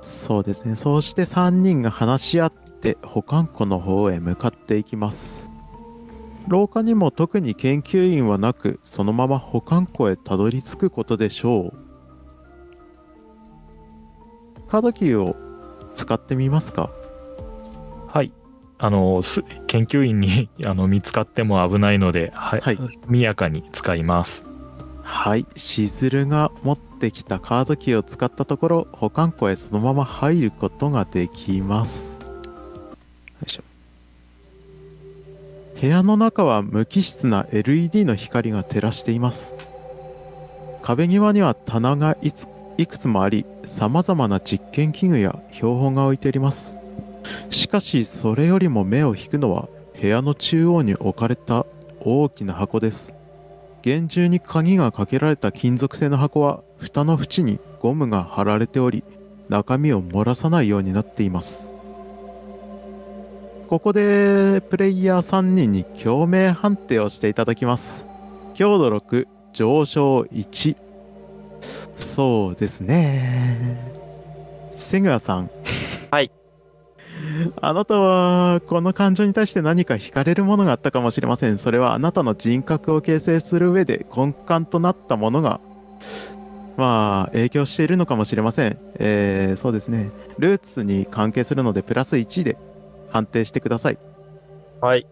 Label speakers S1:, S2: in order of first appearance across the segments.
S1: そうですね。そうして3人が話し合って保管庫の方へ向かっていきます。廊下にも特に研究員はなく、そのまま保管庫へたどり着くことでしょう。カードキーを使ってみますか
S2: はい。あの、す研究員に あの見つかっても危ないので、はい。
S1: はい
S2: 速やかに使います。
S1: はい、しずるが持ってきたカードキーを使ったところ、保管庫へそのまま入ることができます。よいしょ。部屋の中は無機質な LED の光が照らしています。壁際には棚がいついくつもあり、さまざまな実験器具や標本が置いてあります。しかし、それよりも目を引くのは、部屋の中央に置かれた大きな箱です。厳重に鍵がかけられた金属製の箱は蓋の縁にゴムが貼られており中身を漏らさないようになっていますここでプレイヤー3人に共鳴判定をしていただきます強度6上昇1そうですねセグアさん
S3: はい
S1: あなたはこの感情に対して何か惹かれるものがあったかもしれませんそれはあなたの人格を形成する上で根幹となったものがまあ影響しているのかもしれませんえー、そうですねルーツに関係するのでプラス1で判定してください
S3: はい。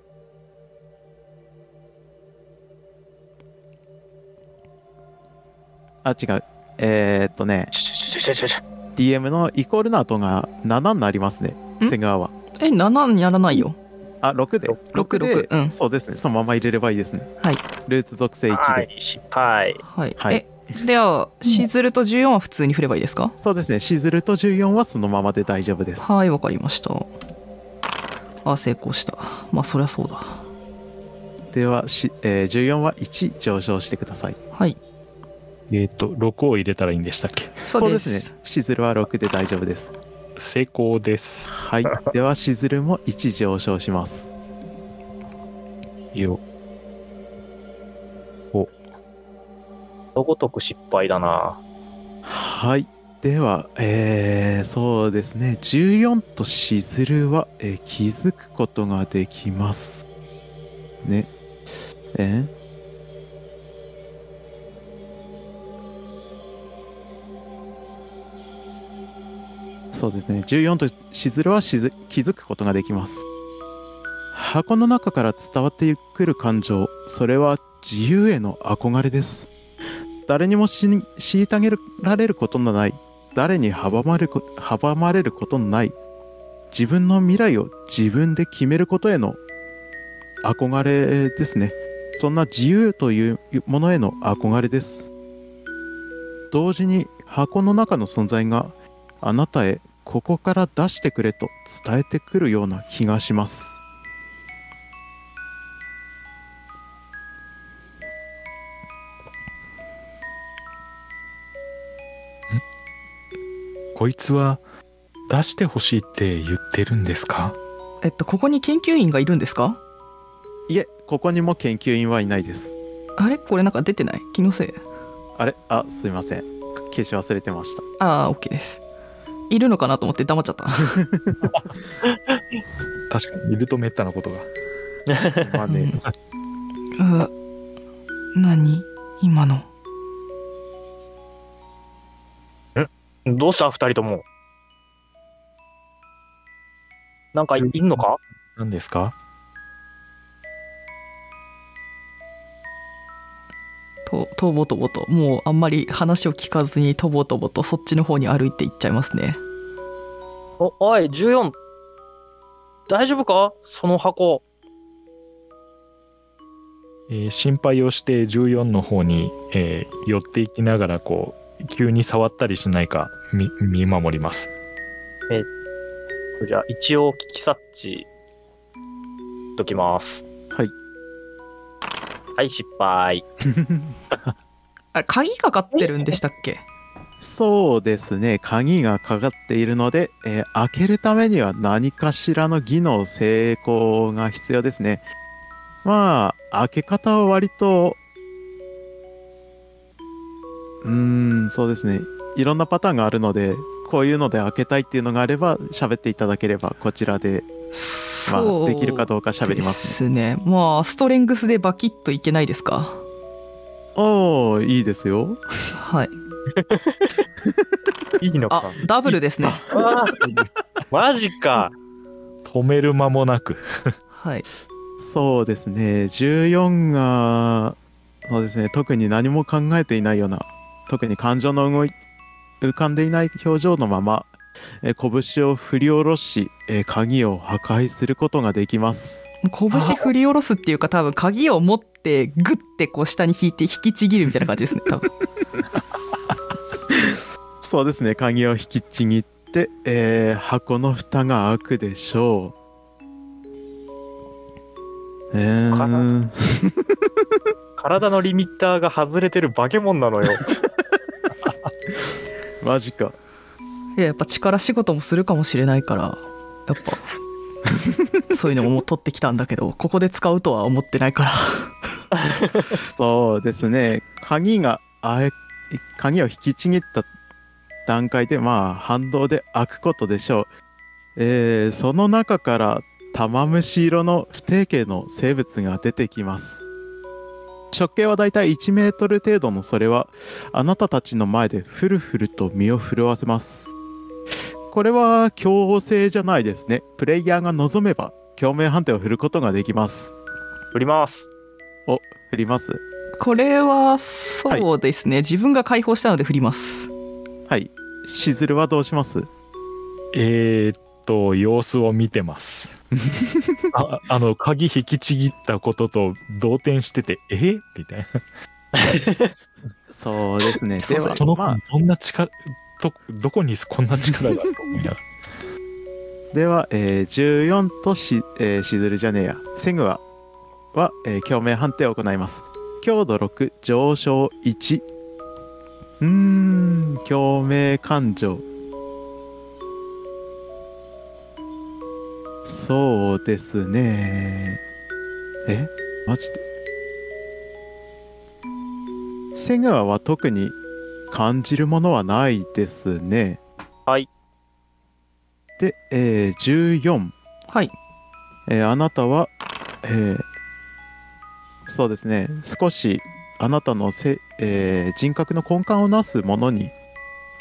S1: あ違うえー、っとね
S3: ちょちょちょちょちょちょ
S1: DM のイコールの後が7になりますね
S4: ん
S1: セグアは
S4: え7にやらないよ
S1: あ6で
S4: 六
S1: で
S4: 六うん
S1: そうですねそのまま入れればいいですね
S4: はい
S1: ルーツ属性1で、
S3: はい、失敗。
S4: はい、
S1: はい
S4: えではしずると14は普通に振ればいいですか
S1: そうですねシズルと14はそのままで大丈夫です
S4: はいわかりましたあ成功したまあそりゃそうだ
S1: ではし、えー14は1上昇してください
S4: はい
S2: えっ、と、6を入れたらいいんでしたっけ
S4: そうです
S1: ねシズルは6で大丈夫です
S2: 成功です。
S1: はい ではシズルも1上昇します
S2: よ。
S3: とごとく失敗だな。
S1: はいではえー、そうですね14とシズルは、えー気づくことができますねえーそうですね14としずるはしず気づくことができます箱の中から伝わってくる感情それは自由への憧れです誰にもし虐げられることのない誰に阻まれるこ阻まれることのない自分の未来を自分で決めることへの憧れですねそんな自由というものへの憧れです同時に箱の中の存在があなたへここから出してくれと伝えてくるような気がします
S2: こいつは出してほしいって言ってるんですか
S4: えっとここに研究員がいるんですか
S1: いえここにも研究員はいないです
S4: あれこれなんか出てない気のせい
S1: あれあすいません消し忘れてました
S4: ああ OK ですいるのかなと思って黙っちゃった
S2: 確かに、いるとめったなことが。
S1: まあね
S4: う何今の
S3: どうした二人とも。なんかいんのか
S2: 何ですか
S4: ととぼとぼともうあんまり話を聞かずにとぼとぼとそっちの方に歩いていっちゃいますね
S3: お、おい、14。大丈夫かその箱。
S2: えー心配をして14の方に、えー寄っていきながらこう急に触ったりしないか見見守ります
S3: じゃあ、一応、聞き察知、しときます。
S1: はい。
S3: はい、失敗。
S4: あれ鍵かかってるんでしたっけ
S1: そうですね鍵がかかっているので、えー開けるためには何かしらの技能成功が必要ですねまあ開け方は割とうーんそうですねいろんなパターンがあるのでこういうので開けたいっていうのがあれば喋っていただければこちらで、ま
S4: そ
S1: あ、
S4: う
S1: できるかどうか喋りますね
S4: ですねまあストレングスでバキッといけないですか
S1: おおいいですよ
S4: はい
S3: いいの
S4: あ
S3: か。
S4: ダブルですね
S3: あー マジか。
S2: 止める間もなく。
S4: はい
S1: そうですね14がそうですね特に何も考えていないような特に感情の動い浮かんでいない表情のまま、えー拳を振り下ろし、えー鍵を破壊することができます
S4: 拳振り下ろすっていうか多分鍵を持ってグッてこう下に引いて引きちぎるみたいな感じですね多分
S1: そうですね鍵を引きちぎって、えー箱の蓋が開くでしょうえ
S3: か
S1: ー、
S3: 体のリミッターが外れてる化け物なのよ。
S1: マジか
S4: いややっぱ力仕事もするかもしれないからやっぱ そういうのももう取ってきたんだけどここで使うとは思ってないから
S1: そうですね鍵があえ鍵を引きちぎった段階でまあ反動で開くことでしょう、えーその中から玉虫色の不定形の生物が出てきます直径はだいたい1メートル程度のそれはあなたたちの前でふるふると身を震わせますこれは強制じゃないですねプレイヤーが望めば共鳴判定を振ることができます
S3: 振ります。
S1: 振ります
S4: これはそうですね、自分が解放したので振ります
S1: はいしずるはどうします
S2: えーっと、様子を見て ます。ああの、鍵引きちぎったことと動転してて、えみたいな。
S1: そうですね。
S4: そう
S1: で
S4: そう
S1: は
S2: そ、の子
S1: まあ、
S2: どんな力、ど、どこにこんな力があると 思いながら。
S1: では、えー14とし、えーしずるじゃねえや、セグワは、えー共鳴判定を行います。強度6、上昇1。うーん、共鳴感情。そうですね。えマジでセグワは特に感じるものはないですね。
S3: はい。
S1: で、えー14。
S4: はい
S1: えーあなたは、えーそうですね少しあなたのせ、えー人格の根幹をなすものに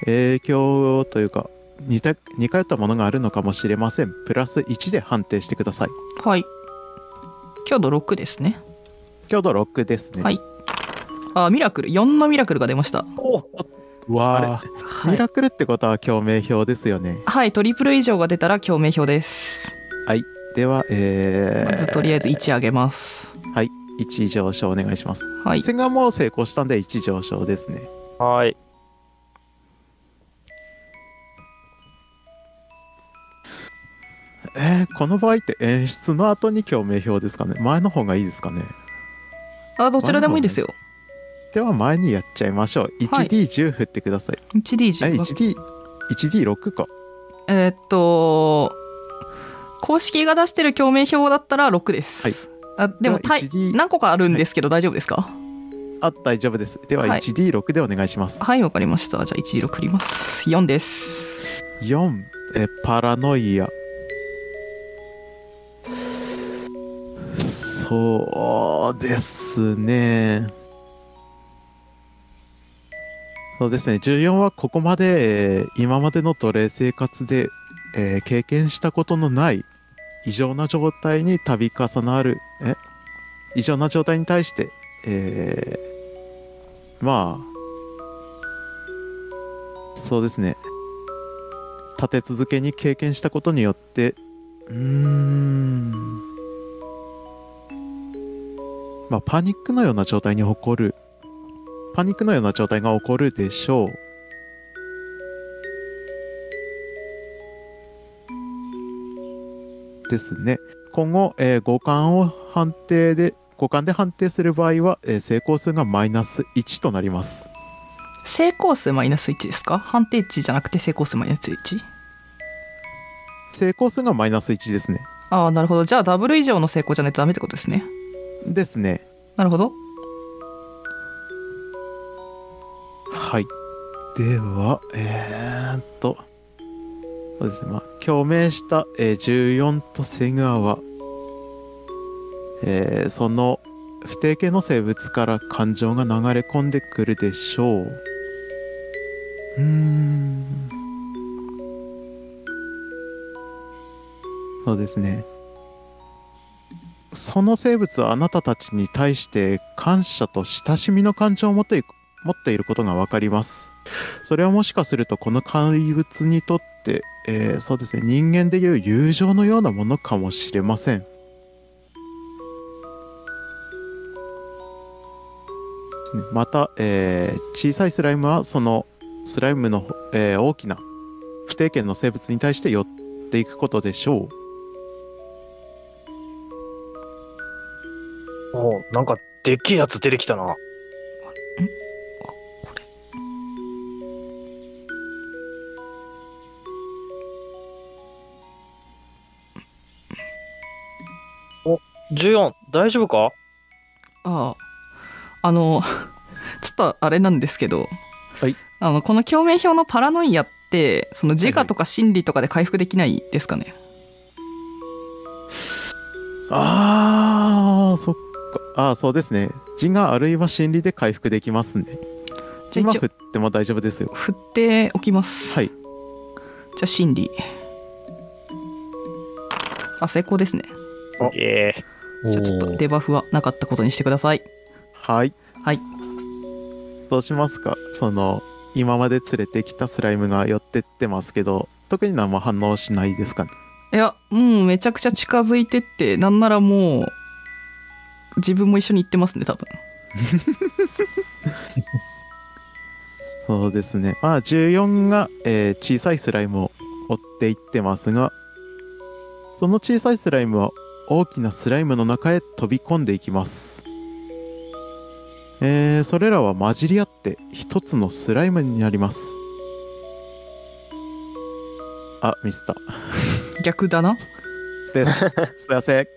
S1: 影響というか似た似通ったものがあるのかもしれませんプラス1で判定してください
S4: はい強度6ですね
S1: 強度6ですね、
S4: はいあミラクル4のミラクルが出ました
S3: お
S2: うわー
S4: は
S1: ミ
S4: い、
S1: ラクルってことは共鳴表ですよね
S4: はい、トリプル以上が出たら共鳴表です
S1: では、え
S4: まずとりあえず1上げます
S1: 1上昇お願いします
S4: はい
S1: 洗顔も成功したんで1上昇ですね
S3: はい。
S1: えーこの場合って演出の後に共鳴表ですかね前の方がいいですかね
S4: あどちらでもいいですよ
S1: では前にやっちゃいましょう
S4: はい
S1: 1D10 振ってください、あ
S4: 1D10
S1: 1D1D6 か
S4: えーっと公式が出してる共鳴表だったら6です、あでも
S1: では
S4: たい
S1: 1D
S4: 何個かあるんですけど大丈夫ですか
S1: あ大丈夫ですでは
S4: はい
S1: 1D6 でお願いします、
S4: はいわかりましたじゃあ 1D6 振ります4です
S1: 4えパラノイアそうですねそうですね14はここまで、えー今までの奴隷生活で、えー経験したことのない異常な状態に度重なるえ異常な状態に対して、えーまあそうですね立て続けに経験したことによってうーんまあパニックのような状態に起こるパニックのような状態が起こるでしょうですね今後、えー五感を判定で五感で判定する場合は、えー成功数がマイナス1となります
S4: 成功数マイナス1ですか判定値じゃなくて成功数マイナス 1?
S1: 成功数がマイナス1ですね
S4: ああなるほどじゃあダブル以上の成功じゃないとダメってことですね
S1: ですね
S4: なるほど
S1: はい。では、えー、っと、そうですね、まあ、共鳴した、えー14とセグアは、えーその不定形の生物から感情が流れ込んでくるでしょう。うーん。そうですね。その生物はあなたたちに対して感謝と親しみの感情を持っていく持っていることが分かります。それはもしかするとこの怪物にとって、えーそうですね人間でいう友情のようなものかもしれません。ですねまた、えー小さいスライムはそのスライムの、えー大きな不定形の生物に対して寄っていくことでしょう。
S3: おうなんかでっけえやつ出てきたな。
S4: これ
S3: 14、大丈夫か
S4: あああの ちょっとあれなんですけど、
S1: はい
S4: あのこの共鳴表のパラノイアってその自我とか心理とかで回復できないですかね、
S1: ああそっかああそうですね自我あるいは心理で回復できますね。
S4: じゃあ
S1: 今
S4: 一応
S1: 振っても大丈夫ですよ。
S4: 振っておきます
S1: はい
S4: じゃあ心理あ成功ですね
S1: あ
S3: ええ
S4: じゃあちょっとデバフはなかったことにしてください
S1: はい。
S4: はい。
S1: どうしますかその、今まで連れてきたスライムが寄ってってますけど、特に何も反応しないですかね。
S4: いやもうめちゃくちゃ近づいてってなんならもう自分も一緒に行ってますね多分
S1: そうですね。まあ、14が、えー小さいスライムを追っていってますが、その小さいスライムは大きなスライムの中へ飛び込んでいきます。えーそれらは混じり合って一つのスライムになります。あ、ミスった。
S4: 逆だな
S1: です。すいません。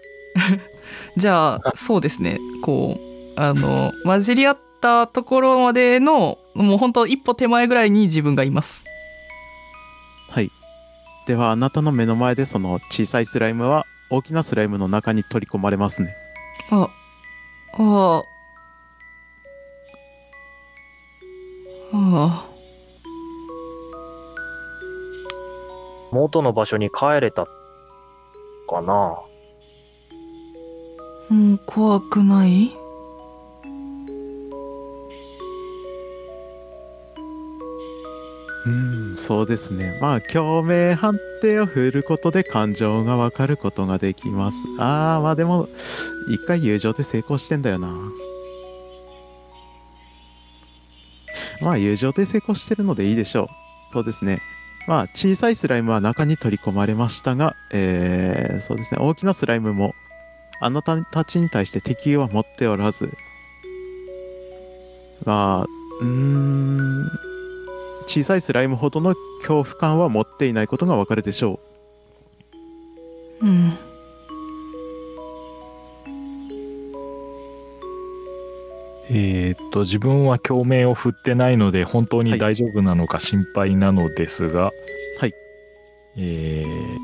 S4: じゃあそうですねこうあの混じり合ったところまでのもうほんと一歩手前ぐらいに自分がいます
S1: はい。ではあなたの目の前でその小さいスライムは大きなスライムの中に取り込まれますね。
S4: ああああ
S3: 元の場所に帰れたかな。
S4: もう怖くない
S1: うん、そうですね。まあ共鳴判定を振ることで感情がわかることができます。ああ、まあでも一回友情で成功してんだよな。まあ友情で成功してるのでいいでしょう。そうですね。まあ小さいスライムは中に取り込まれましたが、えー、そうですね。大きなスライムもあなたたちに対して敵意は持っておらず、まあ、うーん、小さいスライムほどの恐怖感は持っていないことがわかるでしょ
S4: うん
S2: えーっと自分は共鳴を振ってないので本当に大丈夫なのか心配なのですが、
S1: はい
S2: えー、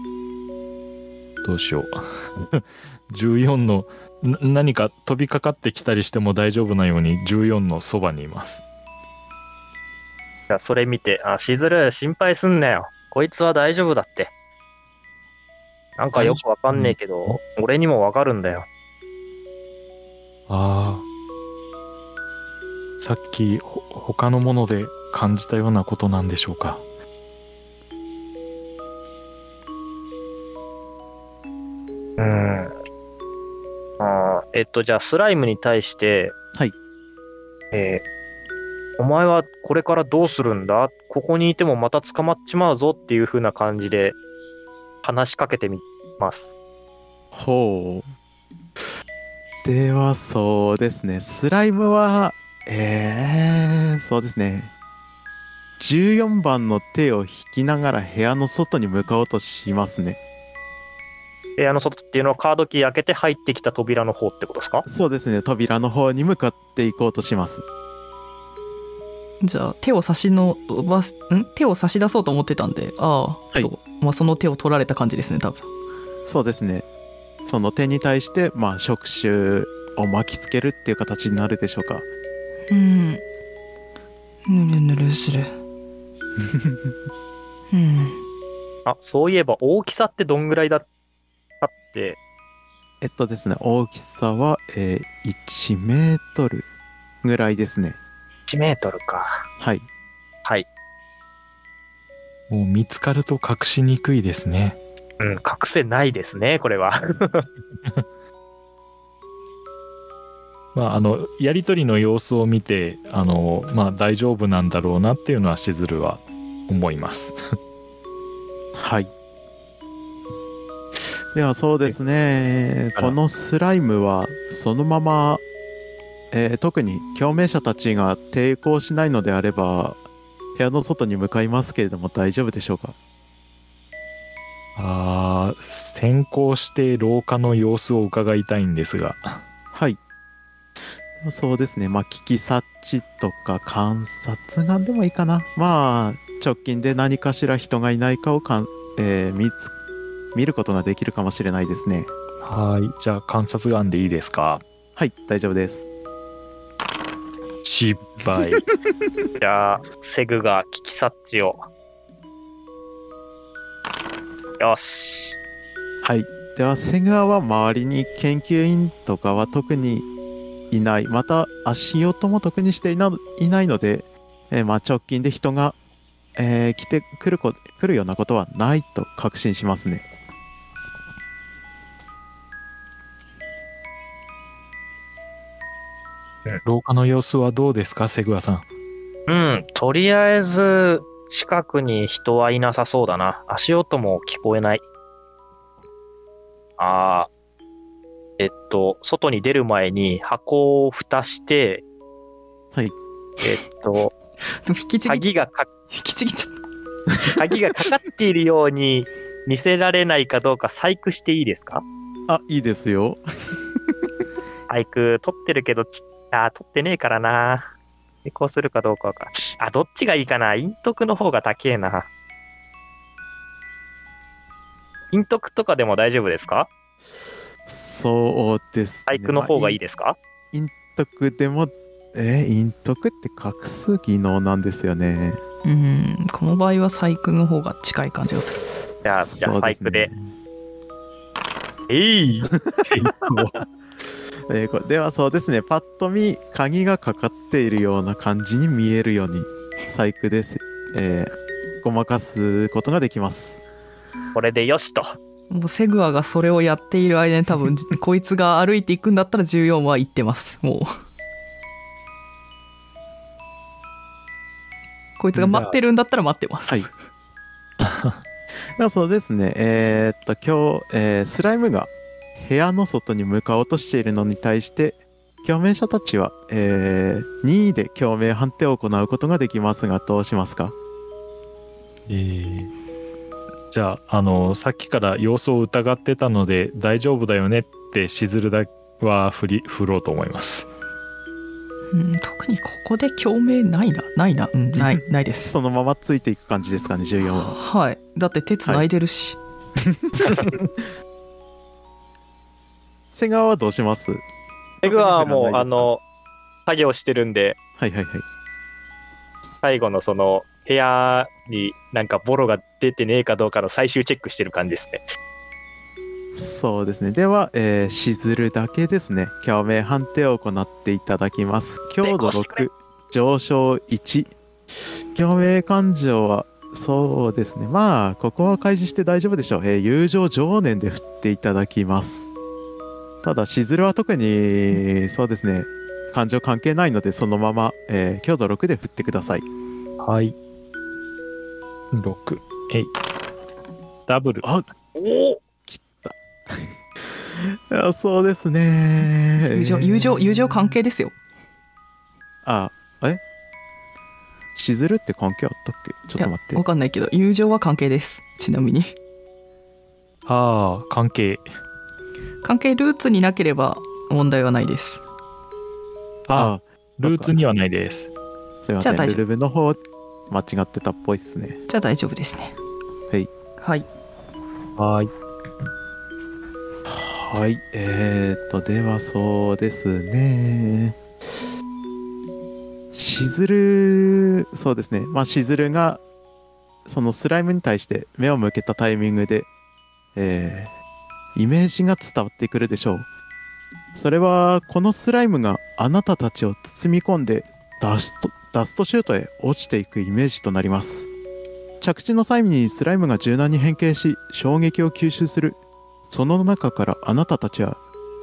S2: どうしよ う14のな何か飛びかかってきたりしても大丈夫なように14のそばにいます
S3: いや、それ見て、あ、しずる、心配すんなよ。こいつは大丈夫だって。なんかよくわかんねえけど、俺にもわかるんだよ。
S2: ああさっきほ他のもので感じたようなことなんでしょうか
S3: うん。あーえっと、じゃあ、スライムに対して、
S1: はい。
S3: えーお前はこれからどうするんだここにいてもまた捕まっちまうぞっていう風な感じで、話しかけてみます。
S1: う。ほう。では、そうですね。スライムは、えー、そうですね。14番の手を引きながら部屋の外に向かおうとしますね。
S3: 部屋の外っていうのはカードキー開けて入ってきた扉の方ってことですか
S1: そうですね。扉の方に向かっていこうとします。
S4: じゃあ手を差し伸ばすん手を差し出そうと思ってたんでああ、
S1: い
S4: と、まあ、その手を取られた感じですね多分
S1: そうですね。その手に対して、まあ、触手を巻きつけるっていう形になるでしょうか。
S4: うんぬるぬるするうん
S3: あ、そういえば大きさってどんぐらいだったって、
S1: えっとですね、大きさは、えー1メートルぐらいですね。
S3: 1メートルか。
S1: はい。
S3: はい。
S2: もう見つかると隠しにくいですね。
S3: うん、隠せないですね、これは。
S2: まあ、あのやり取りの様子を見てあの、まあ、大丈夫なんだろうなっていうのはしずるは思います。
S1: はい。ではそうですね、
S2: あら
S1: このスライムはそのまま、えー特に共鳴者たちが抵抗しないのであれば、部屋の外に向かいますけれども大丈夫でしょうか
S2: あー先行して廊下の様子を伺いたいんですが
S1: はい。そうですね。まあ、聞き察知とか観察眼でもいいかな。まあ、直近で何かしら人がいないかをかん、えー見つ見ることができるかもしれないですね。
S2: はいじゃあ観察眼でいいですか
S1: はい、大丈夫です。
S2: 失敗
S3: じゃあ、セグが聞き察知を。よし。
S1: はい。では、セグアは周りに研究員とかは特にいない。また、足音も特にしていないないので、えーまあ、直近で人が、えー来てくるこ来るようなことはないと確信しますね。
S2: 廊下の様子はどうですかセグワさん
S3: うん、とりあえず、近くに人はいなさそうだな。足音も聞こえない。ああ。えっと、外に出る前に箱を蓋して、
S1: はい。
S3: えっと、
S4: でも引きちぎ
S3: 鍵がか、
S4: 引きちぎっちゃっ
S3: 鍵がかかっているように見せられないかどうか細工していいですか
S1: あ、いいですよ。
S3: 俳句取ってるけど、ちあー、取ってねえからな。成功するかどうかか。あ、どっちがいいかな。陰徳の方が高えな。陰徳とかでも大丈夫ですか
S1: そうです、ね。
S3: 俳句の方がいい
S1: で
S3: ですか、
S1: す。陰徳でも、えー、陰徳って隠す技能なんですよね。
S4: たうんこの場合は細工の方が近い感じがする
S3: じゃあ、じゃあ
S1: そう
S3: 俳
S1: す
S3: 句で。
S1: ね
S3: えい
S1: えーこではそうですね、パッと見、鍵がかかっているような感じに見えるように、細工でせ、えーごまかすことができます。
S3: これでよしと。
S4: もうセグアがそれをやっている間に多 分こいつが歩いていくんだったら14は行ってますもうこいつが待ってるんだったら待ってます
S1: はい。では そうですね、えーっと、今日、えースライムが部屋の外に向かおうとしているのに対して、共鳴者たちは、えー任意で共鳴判定を行うことができますが、どうしますか
S2: えーじゃああのさっきから様子を疑ってたので大丈夫だよねってしずるだは振り振ろうと思います
S4: うん特にここで共鳴ないなないなうんないないです
S1: そのままついていく感じですかね、14は。
S4: はいだって手つないでるし、
S1: 瀬川はどうしますは
S3: エグはもう、
S1: な
S3: あ
S1: いですか
S3: の、作業してるんで、
S1: いはいはい。
S3: 最後のその、部屋になんかボロが出てねえかどうかの最終チェックしてる感じですね。
S1: そうですね。では、えー、しずるだけですね。共鳴判定を行っていただきます。強度
S3: 成功してくれ
S1: 6、上昇1。共鳴感情は、そうですね。まあ、ここは開示して大丈夫でしょう。えー友情情念で振っていただきます。ただ、しずるは特に、そうですね。感情関係ないので、そのまま、えー強度6で振ってください。
S2: はい6えいダブル
S1: あ
S3: お
S1: い
S3: お
S1: やそうですね。
S4: 友情友情友情関係
S1: で。
S4: ですよ
S1: あ、えしずるって関係あったっけちょっと待って
S4: いやわ。かんないけど友情は関係ですちなみに
S2: ああ関係
S4: 関係ルーツになければ問題はないです
S2: あ
S1: あ
S2: ルーツにはないです
S1: すいま
S4: じ
S1: せ
S4: ゃ
S1: ん
S4: あ大
S1: ル
S4: 丈夫
S1: ルブの方間違ってたっぽいっすね
S4: じゃあ大丈夫ですね
S1: はい
S4: はい
S3: はい。
S1: はいえー、っとではそうですねしずるそうですねまあしずるがそのスライムに対して目を向けたタイミングでえーイメージが伝わってくるでしょうそれはこのスライムがあなたたちを包み込んでダストダストシュートへ落ちていくイメージとなります着地の際にスライムが柔軟に変形し衝撃を吸収するその中からあなたたちは、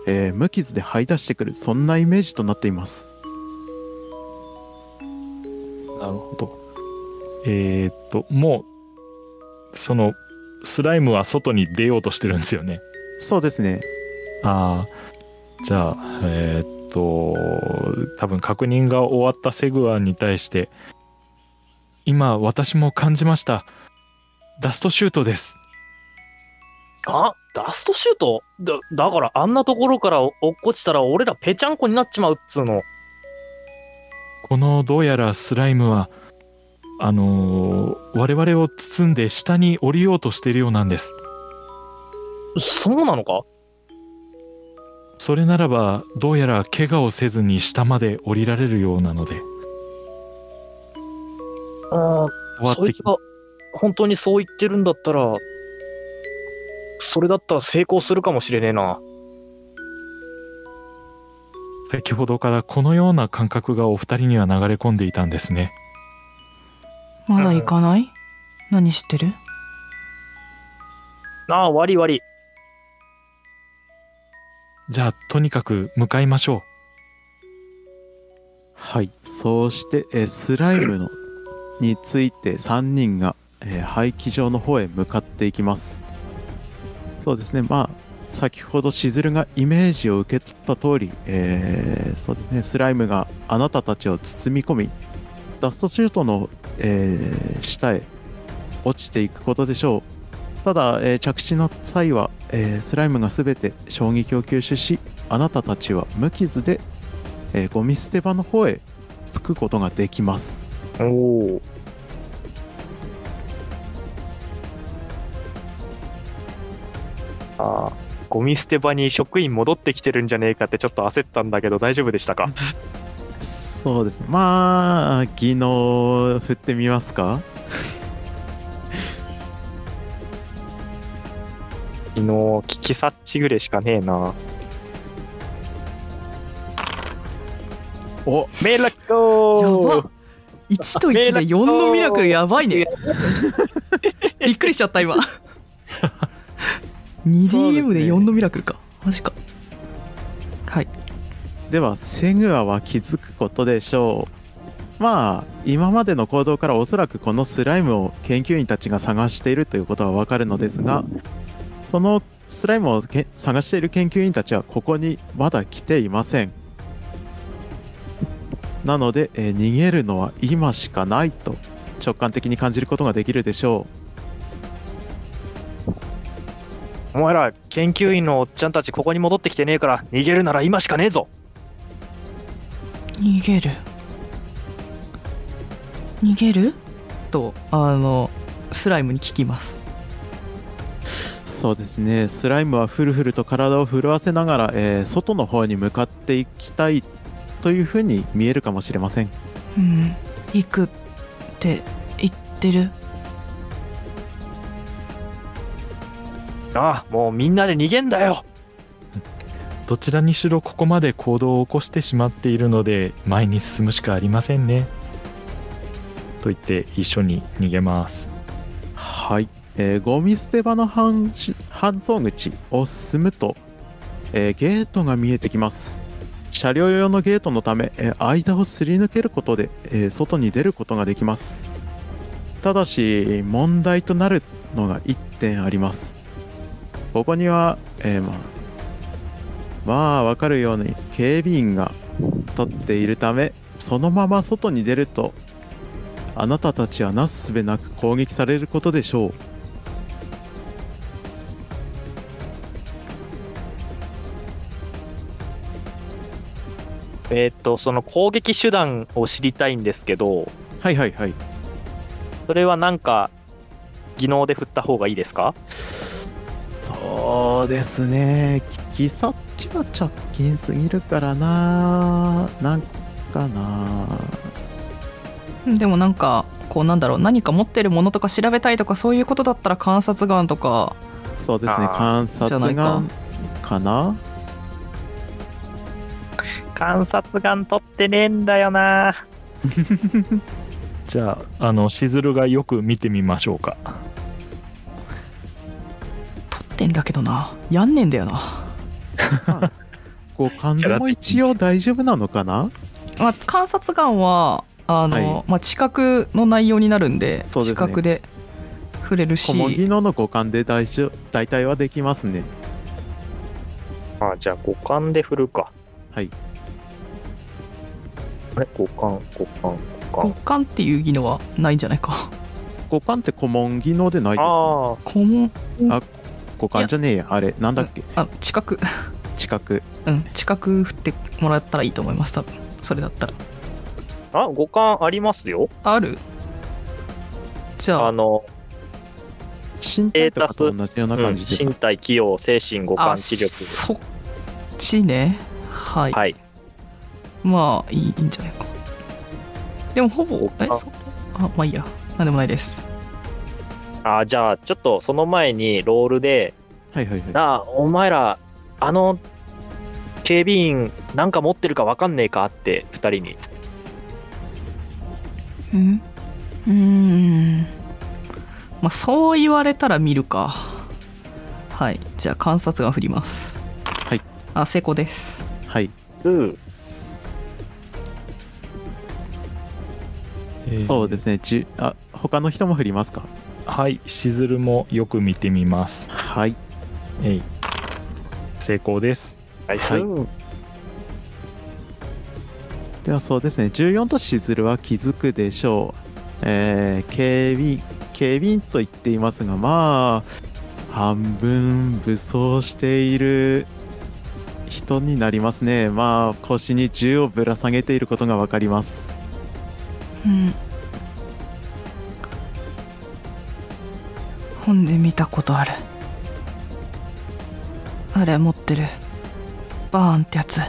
S1: えー無傷で這い出してくるそんなイメージとなっています
S2: なるほど。えーっと、もう、その、スライムは外に出ようとしてるんですよね。
S1: そうですね
S2: ああ、じゃあ、えーっと、多分確認が終わったセグアンに対して、今、私も感じました。ダストシュートです。
S3: あダストシュートだだからあんなところから落っこちたら俺らぺちゃんこになっちまうっつうの。
S2: このどうやらスライムはあのー我々を包んで下に降りようとしているようなんです
S3: そうなのか
S2: それならばどうやら怪我をせずに下まで降りられるようなので
S3: あ
S2: 終わ
S3: あ、
S2: っ
S3: そ
S2: て
S3: いつが本当にそう言ってるんだったら、それだったら成功するかもしれねえな。
S2: 先ほどからこのような感覚がお二人には流れ込んでいたんですね
S4: まだ行かない、何知ってる
S3: ああ、割り割り。
S2: じゃあとにかく向かいましょ
S1: はいそうして、えースライムのについて3人が、えー廃棄場の方へ向かっていきますそうですねまあ先ほどしずるがイメージを受け取った通り、えーそうですねスライムがあなたたちを包み込みダストシュートの、えー下へ落ちていくことでしょうただ、えー着地の際は、えースライムが全て衝撃を吸収しあなたたちは無傷でえーゴミ捨て場の方へ着くことができます
S3: おお。ああ、ゴミ捨て場に職員戻ってきてるんじゃねえかってちょっと焦ったんだけど大丈夫でしたか
S1: そうですねまあ技能振ってみますか
S3: 昨日、聞き察知ぐれしかねえな。
S1: お
S3: メラク
S4: や
S3: ト
S4: ば1と1で4のミラクルやばい ねびっくりしちゃ った今 2DM で4のミラクルかマジかはい
S1: ではセグアは気づくことでしょうまあ今までの行動からおそらくこのスライムを研究員たちが探しているということはわかるのですがそのスライムをけ探している研究員たちはここにまだ来ていませんなので、えー逃げるのは今しかないと直感的に感じることができるでしょ
S3: お前ら、研究員のおっちゃんたちここに戻ってきてねえから、逃げるなら今しかねえぞ
S4: 逃げる逃げるとあのスライムに聞きます
S1: うそうですねスライムはふるふると体を震わせながら、えー外の方に向かっていきたいというふうに見えるかもしれません
S4: うん行くって言ってる
S3: ああ、もうみんなで逃げんだよ
S2: うどちらにしろここまで行動を起こしてしまっているので前に進むしかありませんねと言って一緒に逃げます
S1: はい、えーゴミ捨て場の半し搬送口を進むと、えーゲートが見えてきます車両用のゲートのため、えー間をすり抜けることで、えー外に出ることができますただし問題となるのが1点ありますここには、えーまあまあわかるように警備員が立っているためそのまま外に出るとあなたたちはなすすべなく攻撃されることでしょう
S3: えーっと、その攻撃手段を知りたいんですけど、
S1: はいはいはい
S3: それはなんか、技能で振った方がいいですか
S1: そうですねき基礎っちは直近すぎるからななんかな
S4: でもなんかこうなんだろう何か持ってるものとか調べたいとかそういうことだったら観察眼とか
S1: そうですね
S3: あー
S1: 観察
S4: じゃないか
S1: 眼か な
S3: 観察眼取ってねえんだよな。
S2: じゃああのしずるがよく見てみましょうか
S4: 取ってんだけどなやんねんだよな、
S1: 五感でも一応大丈夫なのかな
S4: まあ、観察眼はあの、
S1: はい
S4: まあ、知覚の内容になるんで
S1: そうですね
S4: 知覚で触れるし
S1: 小麦野の五感で大丈夫大体はできますね
S3: あじゃあ五感で振るか。
S1: はい。
S3: あれ五感、五感、五
S4: 五
S3: 感。
S4: 感っていう技能はないんじゃないか
S1: 五感って小麦野でないですか
S3: ああ、
S4: 顧問
S1: 五感じゃねえやあれなんだっけ
S4: あ知覚
S1: 知覚
S4: うん知覚振ってもらったらいいと思います多分それだったら
S3: あ、五感ありますよ。
S4: あるじゃ
S3: あ
S4: あ
S3: の、
S1: 身体とかと同じような
S3: うん、
S1: 感じです、
S3: 身体、器用、精神、五
S4: あ
S3: 感、知力。
S4: そっちねはい、
S3: はい。
S4: まあいいいいんじゃないかでもほぼえ
S3: あ
S4: そあまあいいやなんでもないです
S3: あじゃあ、ちょっとその前にロールで、
S1: はいはいはい
S3: なあ、お前ら、あの、警備員、なんか持ってるかわかんねえかって、二人に。
S4: うんうーんまあそう言われたら見るかはいじゃあ観察が振ります
S1: はい
S4: あ成功です
S1: はい
S3: うん。
S1: そうですすねじゅあ他の人も振りますか
S2: はいしずるもよく見てみます
S1: はい
S2: えい成功です
S3: ナイス。
S1: はいではそうですね14としずるは気づくでしょうえー、警備警備員と言っていますがまあ半分武装している人になりますねまあ腰に銃をぶら下げていることがわかります
S4: うん本で見たことあるあれ持ってるバーンってやつ
S3: あ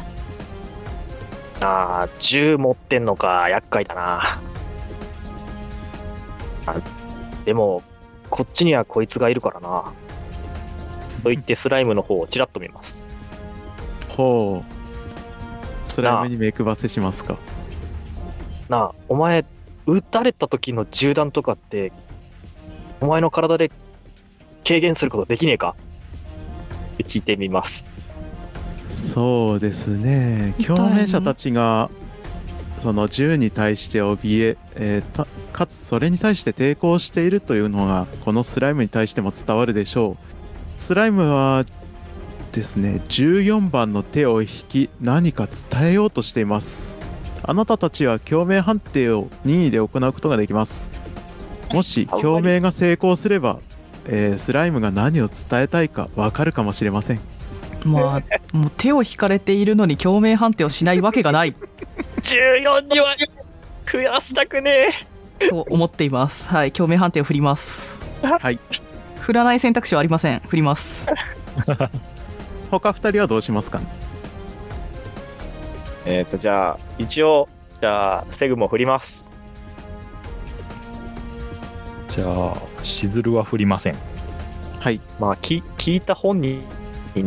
S3: あ、銃持ってんのか、厄介だな。あでも、こっちにはこいつがいるからな。と言ってスライムの方をちらっと見ます。
S1: ほうスライムに目配せしますか
S3: なあ、お前、撃たれた時の銃弾とかって、お前の体で軽減することできねえかって聞いてみます。
S1: そうですね
S4: 痛い
S1: 共
S4: の
S1: 鳴者たちがその銃に対して怯ええーたかつそれに対して抵抗しているというのがこのスライムに対しても伝わるでしょうスライムはですね14番の手を引き何か伝えようとしていますあなたたちは共鳴判定を任意で行うことができますもし共鳴が成功すれば、えースライムが何を伝えたいか分かるかもしれません
S4: まあもう手を引かれているのに共鳴判定をしないわけがない
S3: 14には増やしたくね
S4: と思っていますはい共鳴判定を振ります
S1: はい
S4: 振らない選択肢はありません振ります
S1: 他2人はどうしますかね
S3: え。えっ、と、じゃあ、一応、じゃあ、セグも振ります。
S2: じゃあしずるは振りません
S1: はい
S3: まあ、き聞いた本人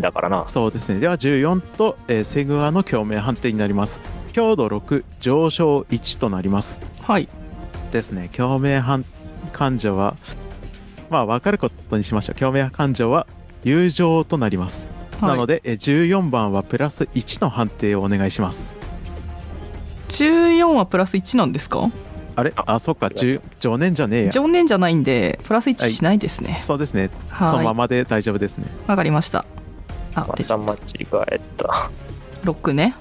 S3: だからな。
S1: そうですね。では14と、えーセグワの共鳴判定になります。強度6、上昇1となります。
S4: はい
S1: ですね。共鳴判感情は、まあ分かることにしましょう。共鳴感情は友情となります。
S4: はい
S1: なので、えー14番はプラス1の判定をお願いします。
S4: 14はプラス1なんですか
S1: あれあ、そっか、10常念じゃねえや。
S4: 常年じゃないんでプラス1しないですね
S1: そうですね。その
S4: は
S1: ま
S4: いわ
S1: まで大丈夫ですね。
S4: かりましたあ
S3: ま
S4: で
S3: た間違えた。
S4: 6ね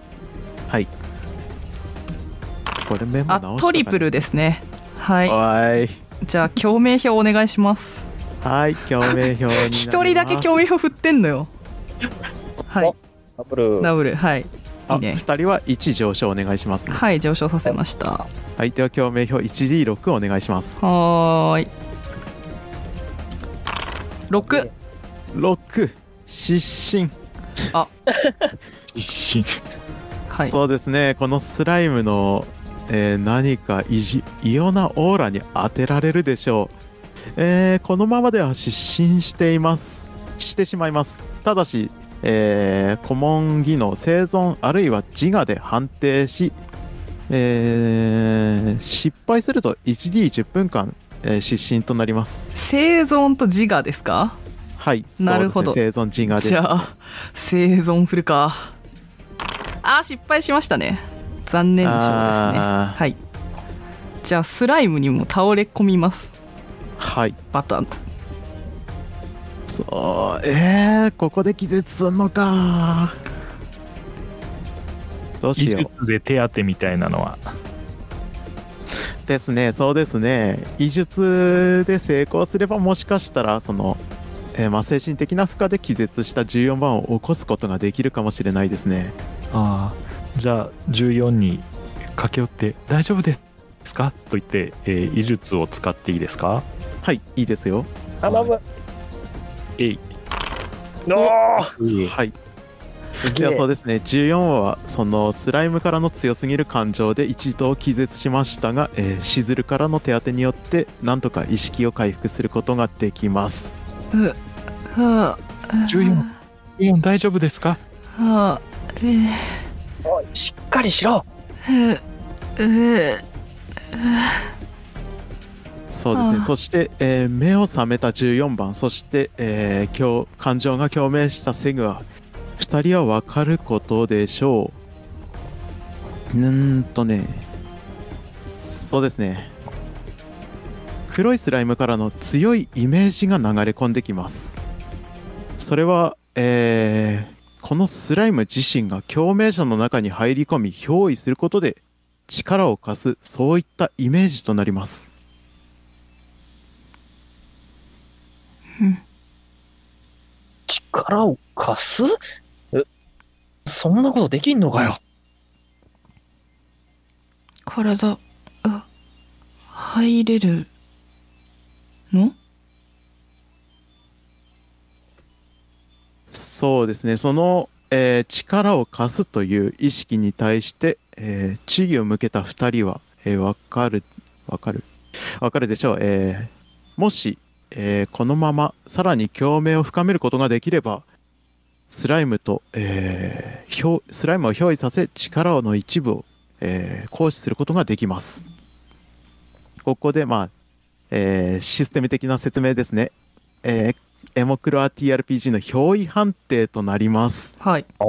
S1: これメモ
S4: あ
S1: 直し。
S4: トリプルですねはいい
S1: はい。
S4: じゃあ共鳴票お願いします
S1: はい、共鳴票になります。
S4: 一人だけ共鳴票振ってんのよはい
S3: ダブル
S4: ダブルはい
S1: あ
S4: いいね
S1: 2人は1上昇お願いします、
S4: はい上昇させました
S1: はいでは共鳴票 1D6 お願いします
S4: はーい6
S1: 6失神、
S2: 一心
S4: はい
S1: そうですねこのスライムの、えー何か異じ異様なオーラに当てられるでしょう、えーこのままでは失神していますしてしまいますただし、えー古文技能生存あるいは自我で判定し、えー失敗すると 1D10 分間、えー失神となります
S4: 生存と自我ですか
S1: はい、
S4: なるほど
S1: そうですね、生存自我です
S4: じゃあ生存振るかあー失敗しましたね残念賞ですね
S1: あー
S4: はいじゃあスライムにも倒れ込みます
S1: はい
S4: バタン
S1: そうえー、ここで気絶すんのかどうし
S2: 技
S1: よ
S2: 術で手当てみたいなのは
S1: うですねそうですね医術で成功すればもしかしたらその、えーまあ、精神的な負荷で気絶した14番を起こすことができるかもしれないですね
S2: ああじゃあ14に駆け寄って「大丈夫ですか?」と言って、えー、医術を使っていいですか
S1: はいいいですよ
S3: 頼む。
S2: えい
S3: おー
S1: はい
S3: す
S1: で
S3: げ
S1: は
S3: え
S1: そうですね14はそのスライムからの強すぎる感情で一度気絶しましたが、えーシズルからの手当てによってなんとか意識を回復することができます
S4: はあ
S2: 1414大丈夫ですか
S4: はあえー
S3: おいしっかりしろ
S4: えー
S1: そうです
S4: あ
S1: ね
S4: あ
S1: そして、えー目を覚めた14番そして、えー共感情が共鳴したセグア2人は分かることでしょううーんとねそうですね黒いスライムからの強いイメージが流れ込んできますそれは、えーこのスライム自身が共鳴者の中に入り込み憑依することで力を貸すそういったイメージとなります
S3: 力を貸すえそんなことできんのかよ
S4: 体あ入れるの
S1: そうですね、その、えー力を貸すという意識に対して、えー注意を向けた2人は、えーわかる、わかる、わかるでしょう。えーもし、えーこのままさらに共鳴を深めることができれば、スライムと、えー表スライムを憑依させ、力の一部を、えー行使することができます。ここで、まあえーシステム的な説明ですね。えーエモクロア TRPG の憑依判定となります、
S4: はい、
S3: お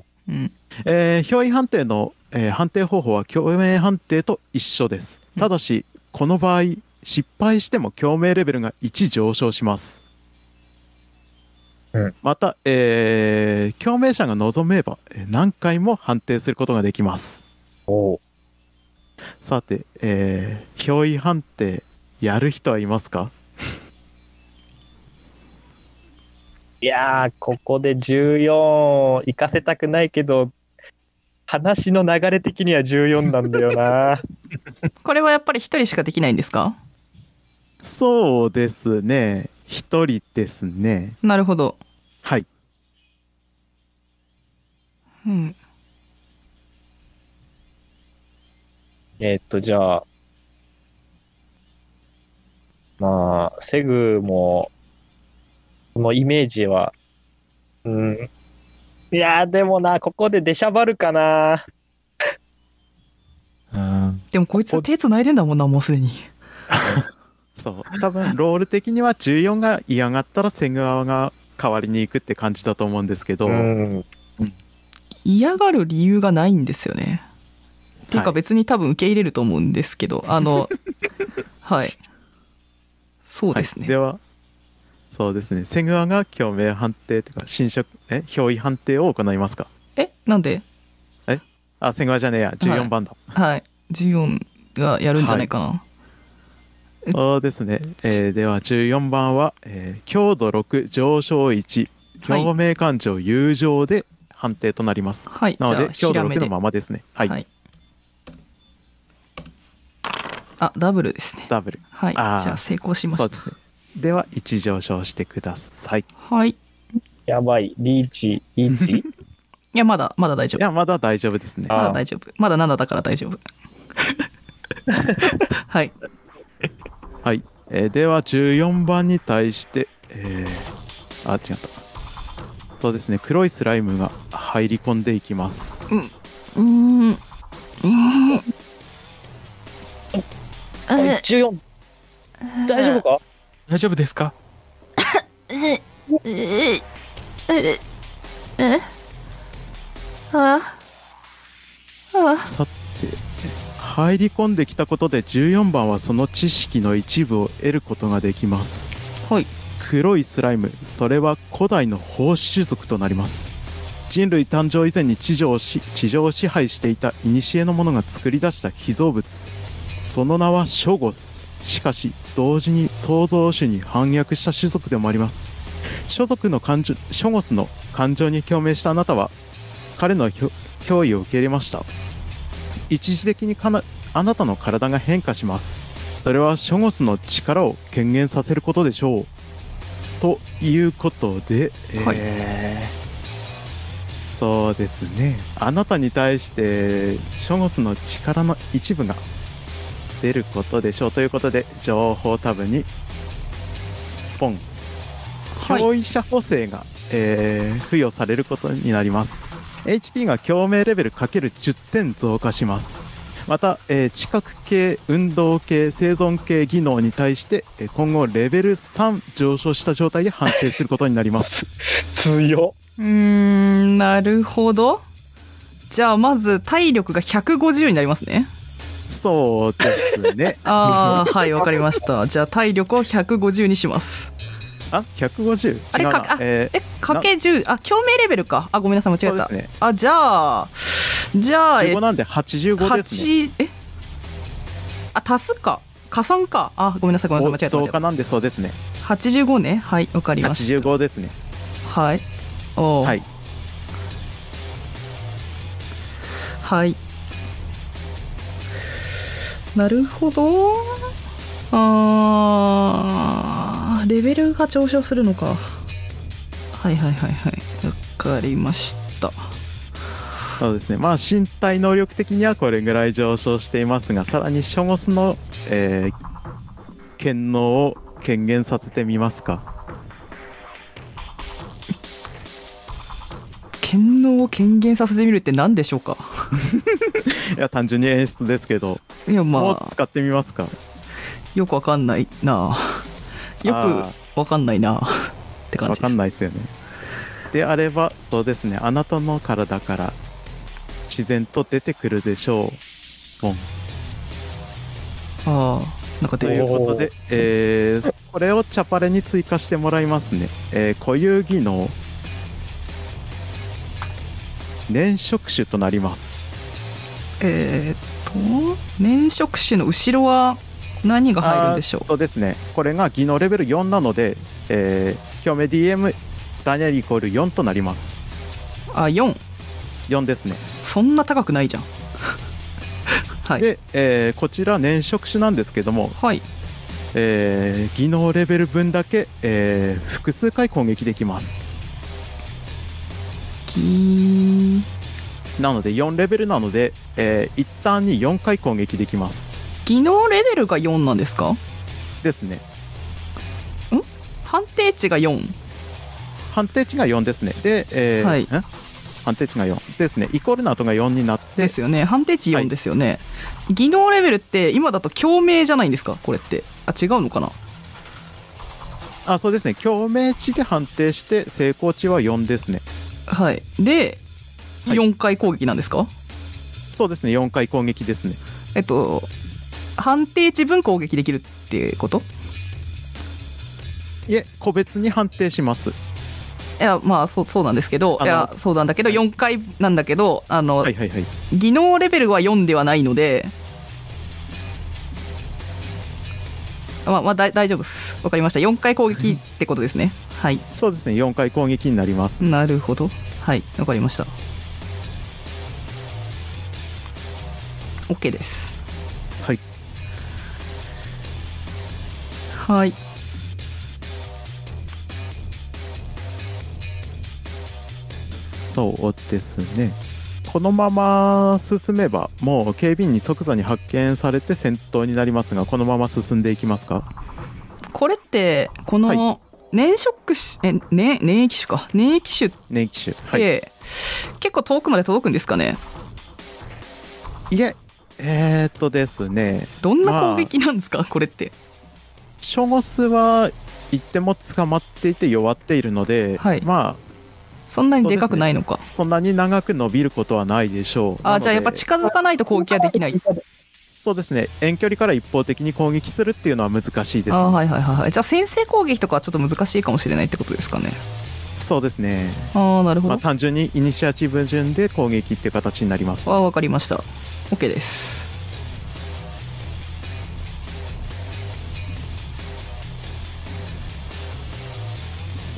S3: お
S4: うん、
S1: えー憑依判定の、えー判定方法は共鳴判定と一緒です
S4: うん
S1: ただしこの場合失敗しても共鳴レベルが1上昇します、
S3: うん
S1: また、えー共鳴者が望めばえー何回も判定することができます
S3: おー
S1: さて、えー憑依判定やる人はいますか
S3: いやーここで14行かせたくないけど話の流れ的には14なんだよな
S4: これはやっぱり一人しかできないんですか
S1: そうですね1人ですね
S4: なるほど
S1: はい
S4: うん
S3: えーっとじゃあまあセグもこのイメージはうんいやーでもなここで出しゃばるかな
S2: うん
S4: でもこいつは手繋いでんだもんなもうすでに
S1: そう多分ロール的には14が嫌がったらセグワが代わりに行くって感じだと思うんですけど、
S3: ん
S4: 嫌がる理由がないんですよねていう
S1: は
S4: か
S1: い
S4: 別に多分受け入れると思うんですけど、あのはいそうです
S1: は
S4: ね、
S1: いではそうですねセグワが共鳴判定というか侵食え憑依判定を行いますか
S4: えなんで
S1: あセグワじゃねえや14番だ、
S4: はい14がやるんじゃないかな、い
S1: そうですね、えーでは14番は、えー強度6上昇1
S4: はい
S1: 共鳴感情友情で判定となります
S4: はいじ
S1: なの
S4: ゃ
S1: で
S4: あ
S1: 強度
S4: ひらめ
S1: 6
S4: で
S1: のままですねはい、
S4: はいあダブルですね
S1: ダブル
S4: はいじ
S1: あー
S4: ゃあ成功しま
S1: そ
S4: し
S1: う
S4: た
S1: ですねでは1上昇してくださいい
S4: はいい
S3: やばい、リーチ、リー チ
S4: やまだまだ大丈夫
S1: やまだ大丈夫ですね
S3: あ
S4: まだ大丈夫まだ7だから大丈夫はい
S1: はい、えーでは14番に対して、えーあ違ったそうですね黒いスライムが入り込んでいきます
S4: うーんうーん
S3: はい、14。大丈夫か
S2: 大丈夫ですか
S5: ええええああ
S1: さて入り込んできたことで14番はその知識の一部を得ることができます
S4: はい
S1: 黒いスライムそれは古代の法種族となります人類誕生以前に地上をし地上を支配していた古の者が作り出した被造物その名はショゴスしかし同時に創造主に反逆した種族でもあります所属の感情ショゴスの感情に共鳴したあなたは彼のひょ憑依を受け入れました一時的にかなあなたの体が変化しますそれはショゴスの力を軽減させることでしょうということで、
S4: はい
S1: えーそうですねあなたに対してショゴスの力の一部が出ることでしょうということで情報タブにポン
S4: はい
S1: 共依者補正が、えー付与されることになります HP が共鳴レベル ×10 点増加しますまた、えー知覚系運動系生存系技能に対してえー今後レベル3上昇した状態で判定することになります
S3: 強っ
S4: うーんなるほどじゃあまず体力が150になりますね
S1: そうですね
S4: ああはいわかりましたじゃあ体力を150にします
S1: あ150違うな
S4: あれかあ
S1: えー
S4: えかけ10あ共鳴レベルかあごめんなさい間違
S1: そう
S4: え
S1: で
S4: た、
S1: すね
S4: あじゃあじゃあえ
S1: 15なんで85ですね
S4: 8えあ足すか加算かあごめんなさいごめんなさい間違
S1: 増
S4: えた間違えた
S1: 加なんでそうですね
S4: 85ねはいわかりました
S1: 85ですね
S4: はいおー
S1: はい
S4: はいなるほどあーレベルが上昇するのかはいはいはいはいわかりました
S1: そうですね、まあ身体能力的にはこれぐらい上昇していますがさらにショモスの、えー、権能を権限させてみますか
S4: 権能を権限させてみるって何でしょうか
S1: いや単純に演出ですけど、
S4: いや
S1: も
S4: ま
S1: う
S4: あ
S1: 使ってみますか
S4: よくわかんないなあよ
S1: あ
S4: くわかんないなあって
S1: ー
S4: 感
S1: わ
S4: じで
S1: か
S4: す
S1: んないですよねであればそうですねあなたの体から自然と出てくるでしょうボン
S4: ああなんか
S1: と
S4: 出
S1: い
S4: る
S1: うことで、えーこれをチャパレに追加してもらいますね、えー固有技能粘触手となります
S4: えーっと粘触手の後ろは何が入るんでしょ
S1: あーそうですねこれが技能レベル4なので、えー、共鳴 DM ダニエルイコール4となります
S4: うあ四
S1: 4ですね、
S4: そんな高 くないじゃんはい
S1: で、えーこちら粘触手なんですけども、
S4: はい
S1: えー技能レベル分だけ、えー複数回攻撃できます
S4: ギー
S1: なので4レベルなので、えー、一旦に4回攻撃できます
S4: 技能レベルが4なんですか
S1: ですね
S4: 判定値が4
S1: 判定値が4ですねで、えー
S4: はい
S1: ん判定値が4ですねイコールの後が4になって
S4: ですよね判定値
S1: は
S4: 4
S1: い
S4: ですよね、技能レベルって今だと共鳴じゃないんですかこれってあ違うのかな
S1: あそうですね共鳴値で判定して成功値は4ですね
S4: はいで
S1: はい
S4: 4回攻撃なんですか、
S1: そうですね、4回攻撃ですね。
S4: えっと判定値分攻撃できるってこと
S1: いえ、個別に判定します。
S4: いやまあそうそうなんですけど
S1: あ
S4: いやそうなんだけど
S1: はい
S4: 4回なんだけどあの、
S1: はいはいはい。
S4: 技能レベルは4ではないのでまあまあだい大丈夫ですわかりました4回攻撃ってことですねはい
S1: そうですね、4回攻撃になります。
S4: なるほどはいわかりました OK です
S1: はい
S4: はい
S1: そうですねこのまま進めばもう警備員に即座に発見されて戦闘になりますがこのまま進んでいきますか
S4: これってこの粘触しえ、ね、粘液種か粘液種っ
S1: 年機種はいい
S4: て、結構遠くまで届くんですかね
S1: ええー、っとですね
S4: どんな攻撃なんですか、これって
S1: ショゴスは一手も捕まっていて弱っているので、
S4: はい
S1: まあ
S4: そんなにでかくないのか、
S1: そんなに長く伸びることはないでしょう。な
S4: あ
S1: ので
S4: じゃあやっぱ近づかないと攻撃はできない
S1: そうですね、遠距離から一方的に攻撃するっていうのは難しいです、
S4: あーはいはいはいはいじゃあ先制攻撃とかはちょっと難しいかもしれないってことですかね
S1: そうですね、
S4: ああなるほ
S1: ま
S4: ど、
S1: あ、単純にイニシアチブ順で攻撃っていう形になります。
S4: あ分かりました OK です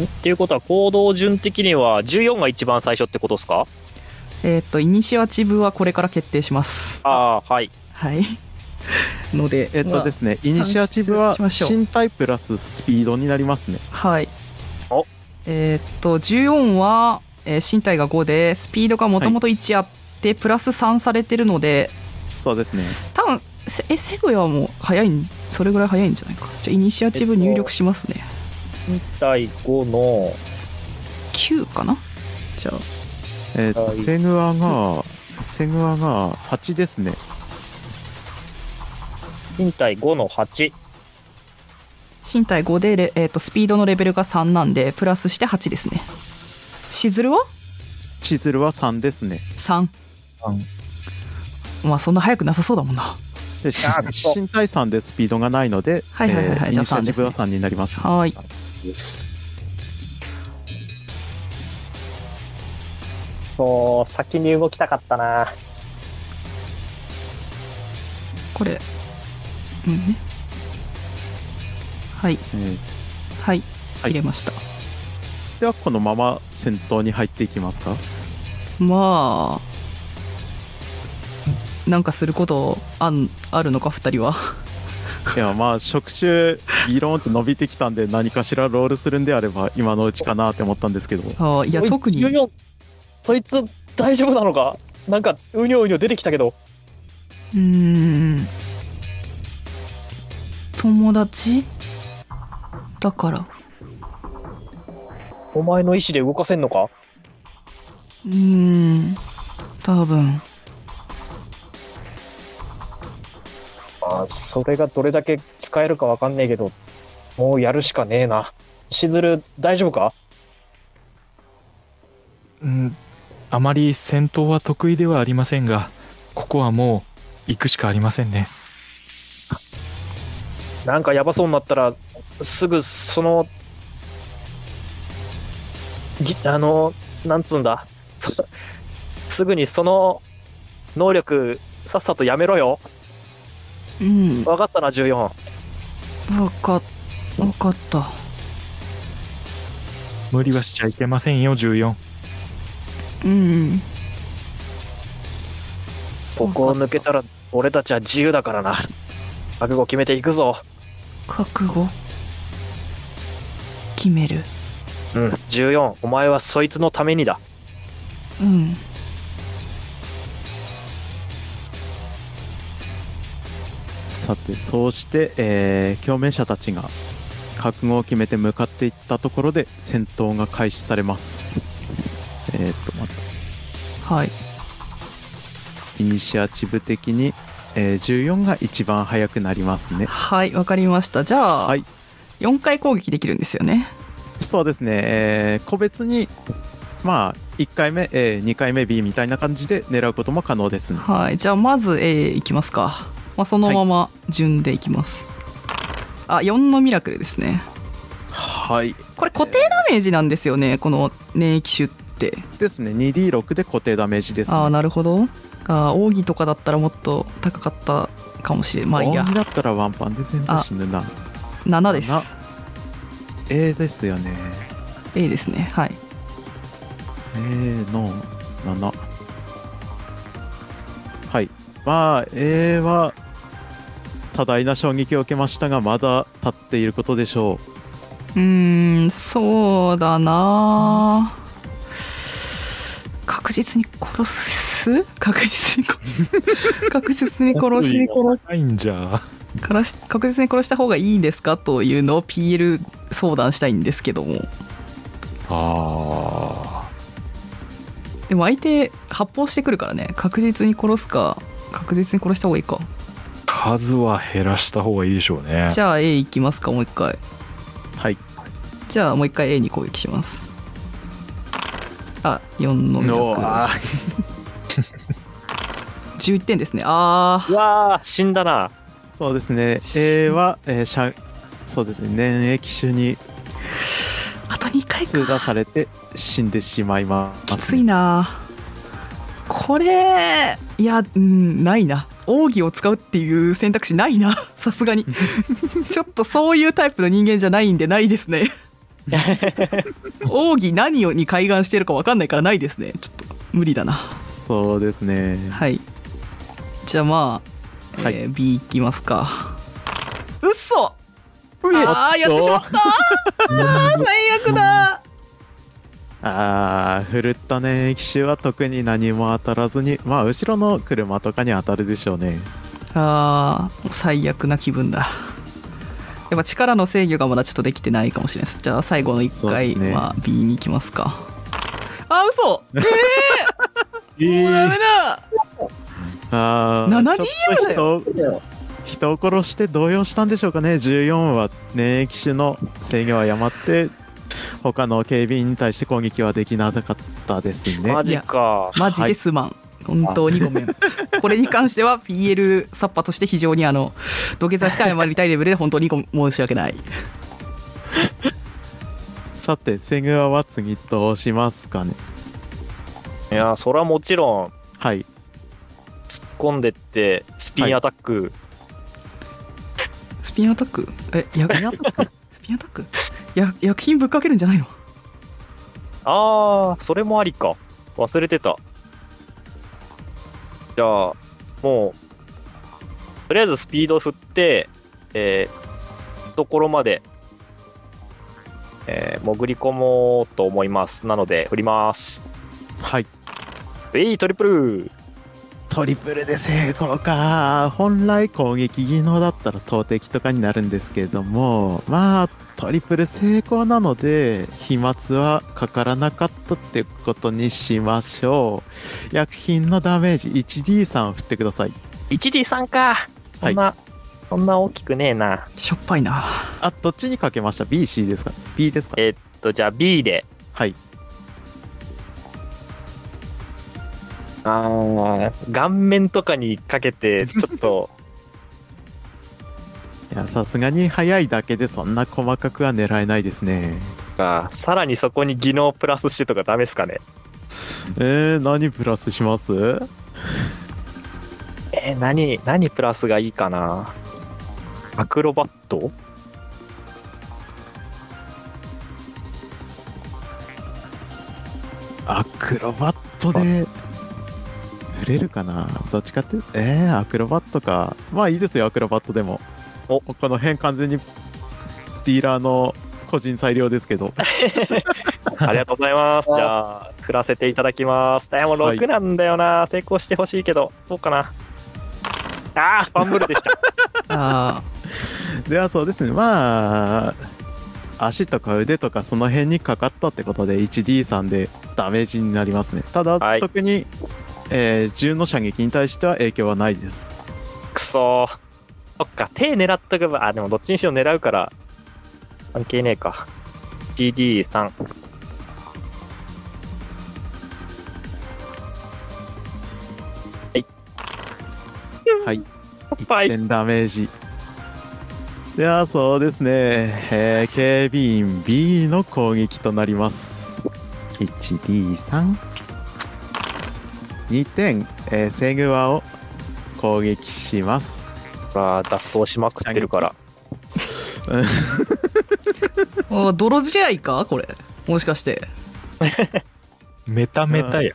S3: っていうことは行動順的には14が一番最初ってことですか
S4: えーっ、とイニシアチブはこれから決定します
S3: ああーはい
S4: はいので
S1: えっとですね、イニシアチブは
S4: 算出しましょう
S1: 身体プラススピードになりますね。
S4: はい
S3: お
S4: えーっ、と14は、えー身体が5でスピードがもともと1あって、プラス3されてるので
S1: そうですね、
S4: 多分せえセグヤはもう早いんそれぐらい早いんじゃないかじゃあイニシアチブ入力しますね、
S3: 1対5の
S4: 9かなじゃあ
S1: えっと
S3: はい
S1: セグアが、セグアが8ですね、
S3: 1対5の8
S4: 身体5でレ、えー、とスピードのレベルが3なんでプラスして8ですねしずるは
S1: チズルは3ですね。
S4: 3まあそんな速くなさそうだもんな
S1: で
S3: あーそう
S1: 身体3でスピードがないので、
S4: はいはいはいはい
S1: えーイ
S4: じゃあ
S1: ニシアチブは
S4: 3
S1: 3になります。
S4: はーい
S3: そう先に動きたかったな
S4: これうんねはい
S1: えー
S4: は
S1: は
S4: い
S1: い
S4: 入れました、
S1: ではこのまま戦闘に入っていきます か
S4: まあなんかすることあんあるのか2人は
S1: いやまあ触手ビローンと伸びてきたんで何かしらロールするんであれば今のうちかなって思ったんですけど
S4: あーいや
S3: お
S4: 特に
S3: 14そいつ大丈夫なのかなんかうにょうにょ出てきたけど
S4: うーん友達だから
S3: お前の意思で動かせんのか
S4: うーん多分
S3: まあ、それがどれだけ使えるかわかんねえけど、もうやるしかねえな。しずる、大丈夫か
S2: うん、あまり戦闘は得意ではありませんがここはもう行くしかありませんね
S3: なんかやばそうになったら、すぐその、ぎあの、なんつうんだ、 そすぐにその能力、さっさとやめろよ。
S4: うん
S3: わかったな、14。
S4: 分かっ分かった
S2: 無理はしちゃいけませんよ14
S4: うん
S3: ここを抜けたら、俺たちは自由だからな。覚悟決めていくぞ。
S4: 覚悟決める
S3: うん、14。お前はそいつのためにだ。
S4: うん
S1: さてそうして、えー共鳴者たちが覚悟を決めて向かっていったところで戦闘が開始されますえーっとまた
S4: はい
S1: イニシアチブ的に、えー14が一番速くなりますね
S4: はいわかりましたじゃあ、
S1: はい
S4: 4回攻撃できるんですよね
S1: そうですね、えー個別にまあ1回目、A、2回目 B みたいな感じで狙うことも可能ですね
S4: はいじゃあまず A いきますか、まあ、そのまま順でいきます、あ4のミラクルですね
S1: はい
S4: これ固定ダメージなんですよねこの粘液種って
S1: ですね 2D6 で固定ダメージです、ね、
S4: ああなるほどあー奥義とかだったらもっと高かったかもしれんまあいいや
S1: 大喜利だったらワンパンで全部死ぬな
S4: 7です
S1: 七 A ですよね
S4: A ですねはい
S1: えー、の7はいまあ A は多大な衝撃を受けましたがまだ立っていることでしょう
S4: うーんそうだなあ、確実に殺す確実に 殺確実に殺し殺
S2: ないんじゃ。
S4: しからし確実に殺した方がいいんですかというのを PL 相談したいんですけども
S2: ああ。
S4: でも相手発砲してくるからね確実に殺すか確実に殺した方がいいか
S2: 数は減らした方がいいでしょうね。
S4: じゃあ A 行きますかもう一回
S1: はい
S4: じゃあもう一回 A に攻撃しますあ4の
S1: お
S4: 6
S1: ー
S4: 11点ですねあ
S3: うわー、死んだな。
S1: そうですね A は、えー、しゃそうですね年益種に
S4: ーあと2回
S1: 通
S4: か
S1: 打されて死んでしまいます
S4: きついなこれいやうんないな奥義を使うっていう選択肢ないな さすが にちょっとそういうタイプの人間じゃないんでないですね 奥義何をに開眼してるか分かんないからないですねちょっと無理だな
S1: そうですね
S4: はいじゃあまあ、
S1: は
S4: え
S1: い
S4: ー B いきますかうっそあ
S1: あ
S4: ーやってしまったあ ー最悪だ
S1: あー振るったね機種は特に何も当たらずにまあ後ろの車とかに当たるでしょうね
S4: あー最悪な気分だやっぱ力の制御がまだちょっとできてないかもしれないですじゃあ最後の1
S1: そうで
S4: 回
S1: すね
S4: は B に行きますか あ嘘え
S2: え
S4: ー、もうダメだ
S1: あー
S4: 7DM
S1: ちょっと人を人を殺して動揺したんでしょうかね14はね機種の制御はやまって他の警備員に対して攻撃はできなかったですね
S3: マジか。
S4: マジですまん、本当にごめんこれに関しては PL サッパとして非常にあの土下座して謝りたいレベルで本当にご申し訳ない
S1: さてセグワは次どうしますかね
S3: いやー、それはもちろん、
S1: はい
S3: 突っ込んでって、スピンアタック。
S4: スピンアタックえや
S1: スピンアタック
S4: スピンアタックや薬品ぶっかけるんじゃないの
S3: あー、それもありか。忘れてた。じゃあ、もう、とりあえずスピード振って、えー、ところまで、えー、潜り込もうと思います。なので、振ります。
S1: はい
S3: えい、トリプル
S1: トリプルで成功か本来攻撃技能だったら投擲とかになるんですけれどもまあトリプル成功なので飛沫はかからなかったってことにしましょう薬品のダメージ 1D3 を振ってください
S3: 1D3 かそんな、そんな大きくねえな
S4: しょっぱいな
S1: あどっちにかけました BC ですか B ですか
S3: えとじゃあ B で
S1: はい
S3: あー顔面とかにかけてちょっと
S1: いやさすがに速いだけでそんな細かくは狙えないですね
S3: あーさらにそこに技能プラスしてとかダメですかね
S1: えー、何プラスします
S3: えー何何プラスがいいかなアクロバッ ト
S1: アクロバットで触れるかなどっちかってえー、アクロバットかまあいいですよアクロバットでも
S3: お
S1: この辺完全にディーラーの個人裁量ですけ ど
S3: ありがとうございますじゃあ振らせていただきますでも
S1: はい
S3: 6なんだよな、成功してほしいけどどうかなあーファンブルでした
S4: あ
S1: ではそうですねまあ足とか腕とかその辺にかかったってことで 1D3 でダメージになりますねただ、
S3: はい
S1: 特に、えー銃の射撃に対しては影響はないです
S3: くそーそっか手狙っとけばあでもどっちにしろ狙うから関係ねえか GD3
S1: はい
S3: はい
S1: 点ダメージではそうですね、えー警備員 B の攻撃となります 1D32 点、えーセグワを攻撃します
S3: あー脱走しまくってるから
S4: ーあー泥試合かこれもしかして
S2: メタメタや。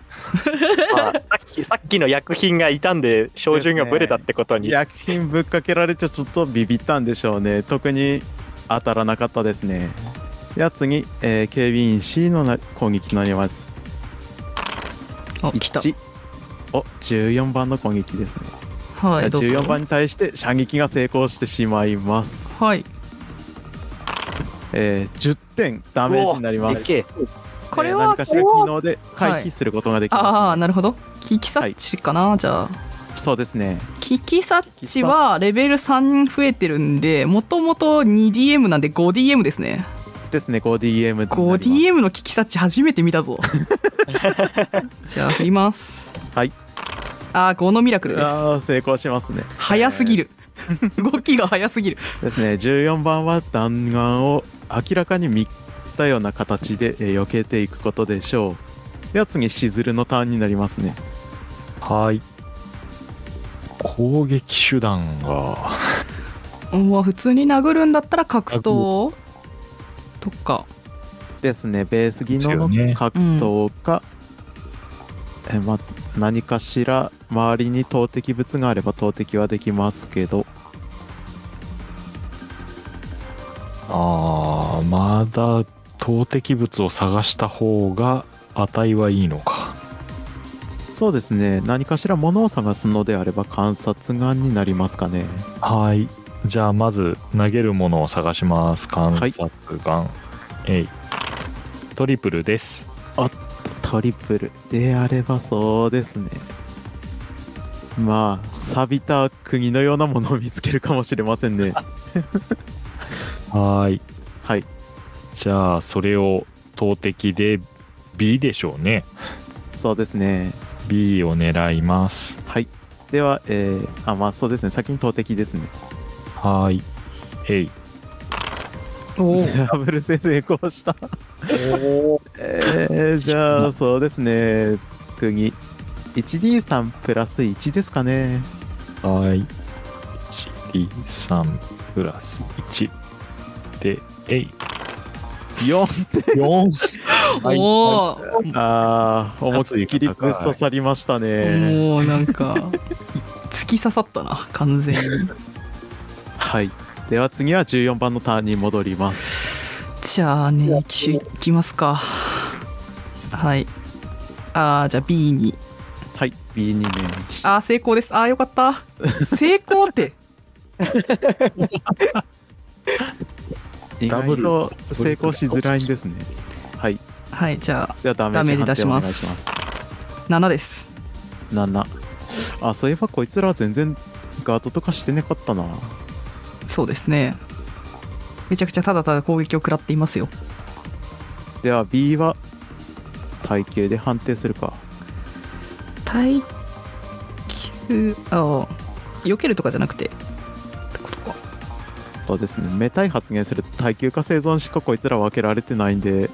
S3: まあさっきさっきの薬品が傷んで照準がブレたってことに、
S1: 薬品ぶっかけられてちょっとビビったんでしょうね特に当たらなかったですねでは次、えー警備員 C のな攻撃となります
S4: あ来た
S1: 1お14番の攻撃ですね
S4: はいどうぞ
S1: 14番に対して射撃が成功してしまいます、
S4: はい
S1: えー10点ダメージになります
S3: でっけえ
S4: これ
S1: えー
S4: は
S1: 何かしら機能で
S4: は
S1: 回
S4: い
S1: 避することができます、
S4: ああなるほど危機察知かな、じゃあ
S1: そうですね
S4: 危機察知はレベル3増えてるんでもともと 2DM なんで 5DM ですね
S1: ですね 5DM になります
S4: 5DM の危機察知初めて見 たぞじゃあ振ります
S1: はい
S4: ああ5のミラクルです
S1: あー成功しますね
S4: 早すぎる動きが早すぎる
S1: ですね14番は弾丸を明らかに見たような形でえー避けていくことでしょうでは次しずるのターンになりますね
S2: はい。攻撃手段が。
S4: うわ普通に殴るんだったら格闘とか
S1: ですねベース技能
S2: ですよね
S1: の格闘か、えーまあ、何かしら周りに投擲物があれば投擲はできますけど
S2: ああ、まだ投擲物を探した方が値はいいのか。
S1: そうですね何かしら物を探すのであれば観察眼になりますかね
S2: はい。じゃあまず投げるものを探します。観
S1: はい
S2: 察眼。えい。トリプルです。
S1: トリプルであればそうですねまあ錆びた釘のようなものを見つけるかもしれませ んね
S2: はい。
S1: はい
S2: じゃあそれを投擲で B でしょうね。
S1: そうですね
S2: B を狙います。
S1: はいではえー、あまあそうですね先に投擲ですね
S2: はい。えい。
S4: おお
S1: ダブル成功したえー、じゃあそうですね釘 1D3 プラス1ですかね
S2: はい。1D3 プラス1で、えい。
S1: 4
S2: 4! はい
S4: おー
S1: あー思いっきりぶっ刺さりましたね
S4: もうなんか突き刺さったな完全に
S1: はいでは次は14番のターンに戻ります
S4: じゃあね機種いきますかはいあーじゃあ B に
S1: はい、B にね。
S4: あー成功ですあーよかった成功って
S1: 意
S2: ダブ
S1: 外
S2: ル
S1: と成功しづらいんですね。はい、
S4: はいじゃあ
S1: ではダメージ判定お願いし
S4: ダメージ出し
S1: ます。
S4: 7です
S1: 7。あ、そういえばこいつらは全然ガードとかしてなかったな。
S4: そうですねめちゃくちゃただただ攻撃を食らっていますよ
S1: では B は耐久で判定するか。
S4: 耐久ああ避けるとかじゃなくてってことか
S1: そうですね、メタイ発言すると耐久か生存しかこいつら分けられてないんで、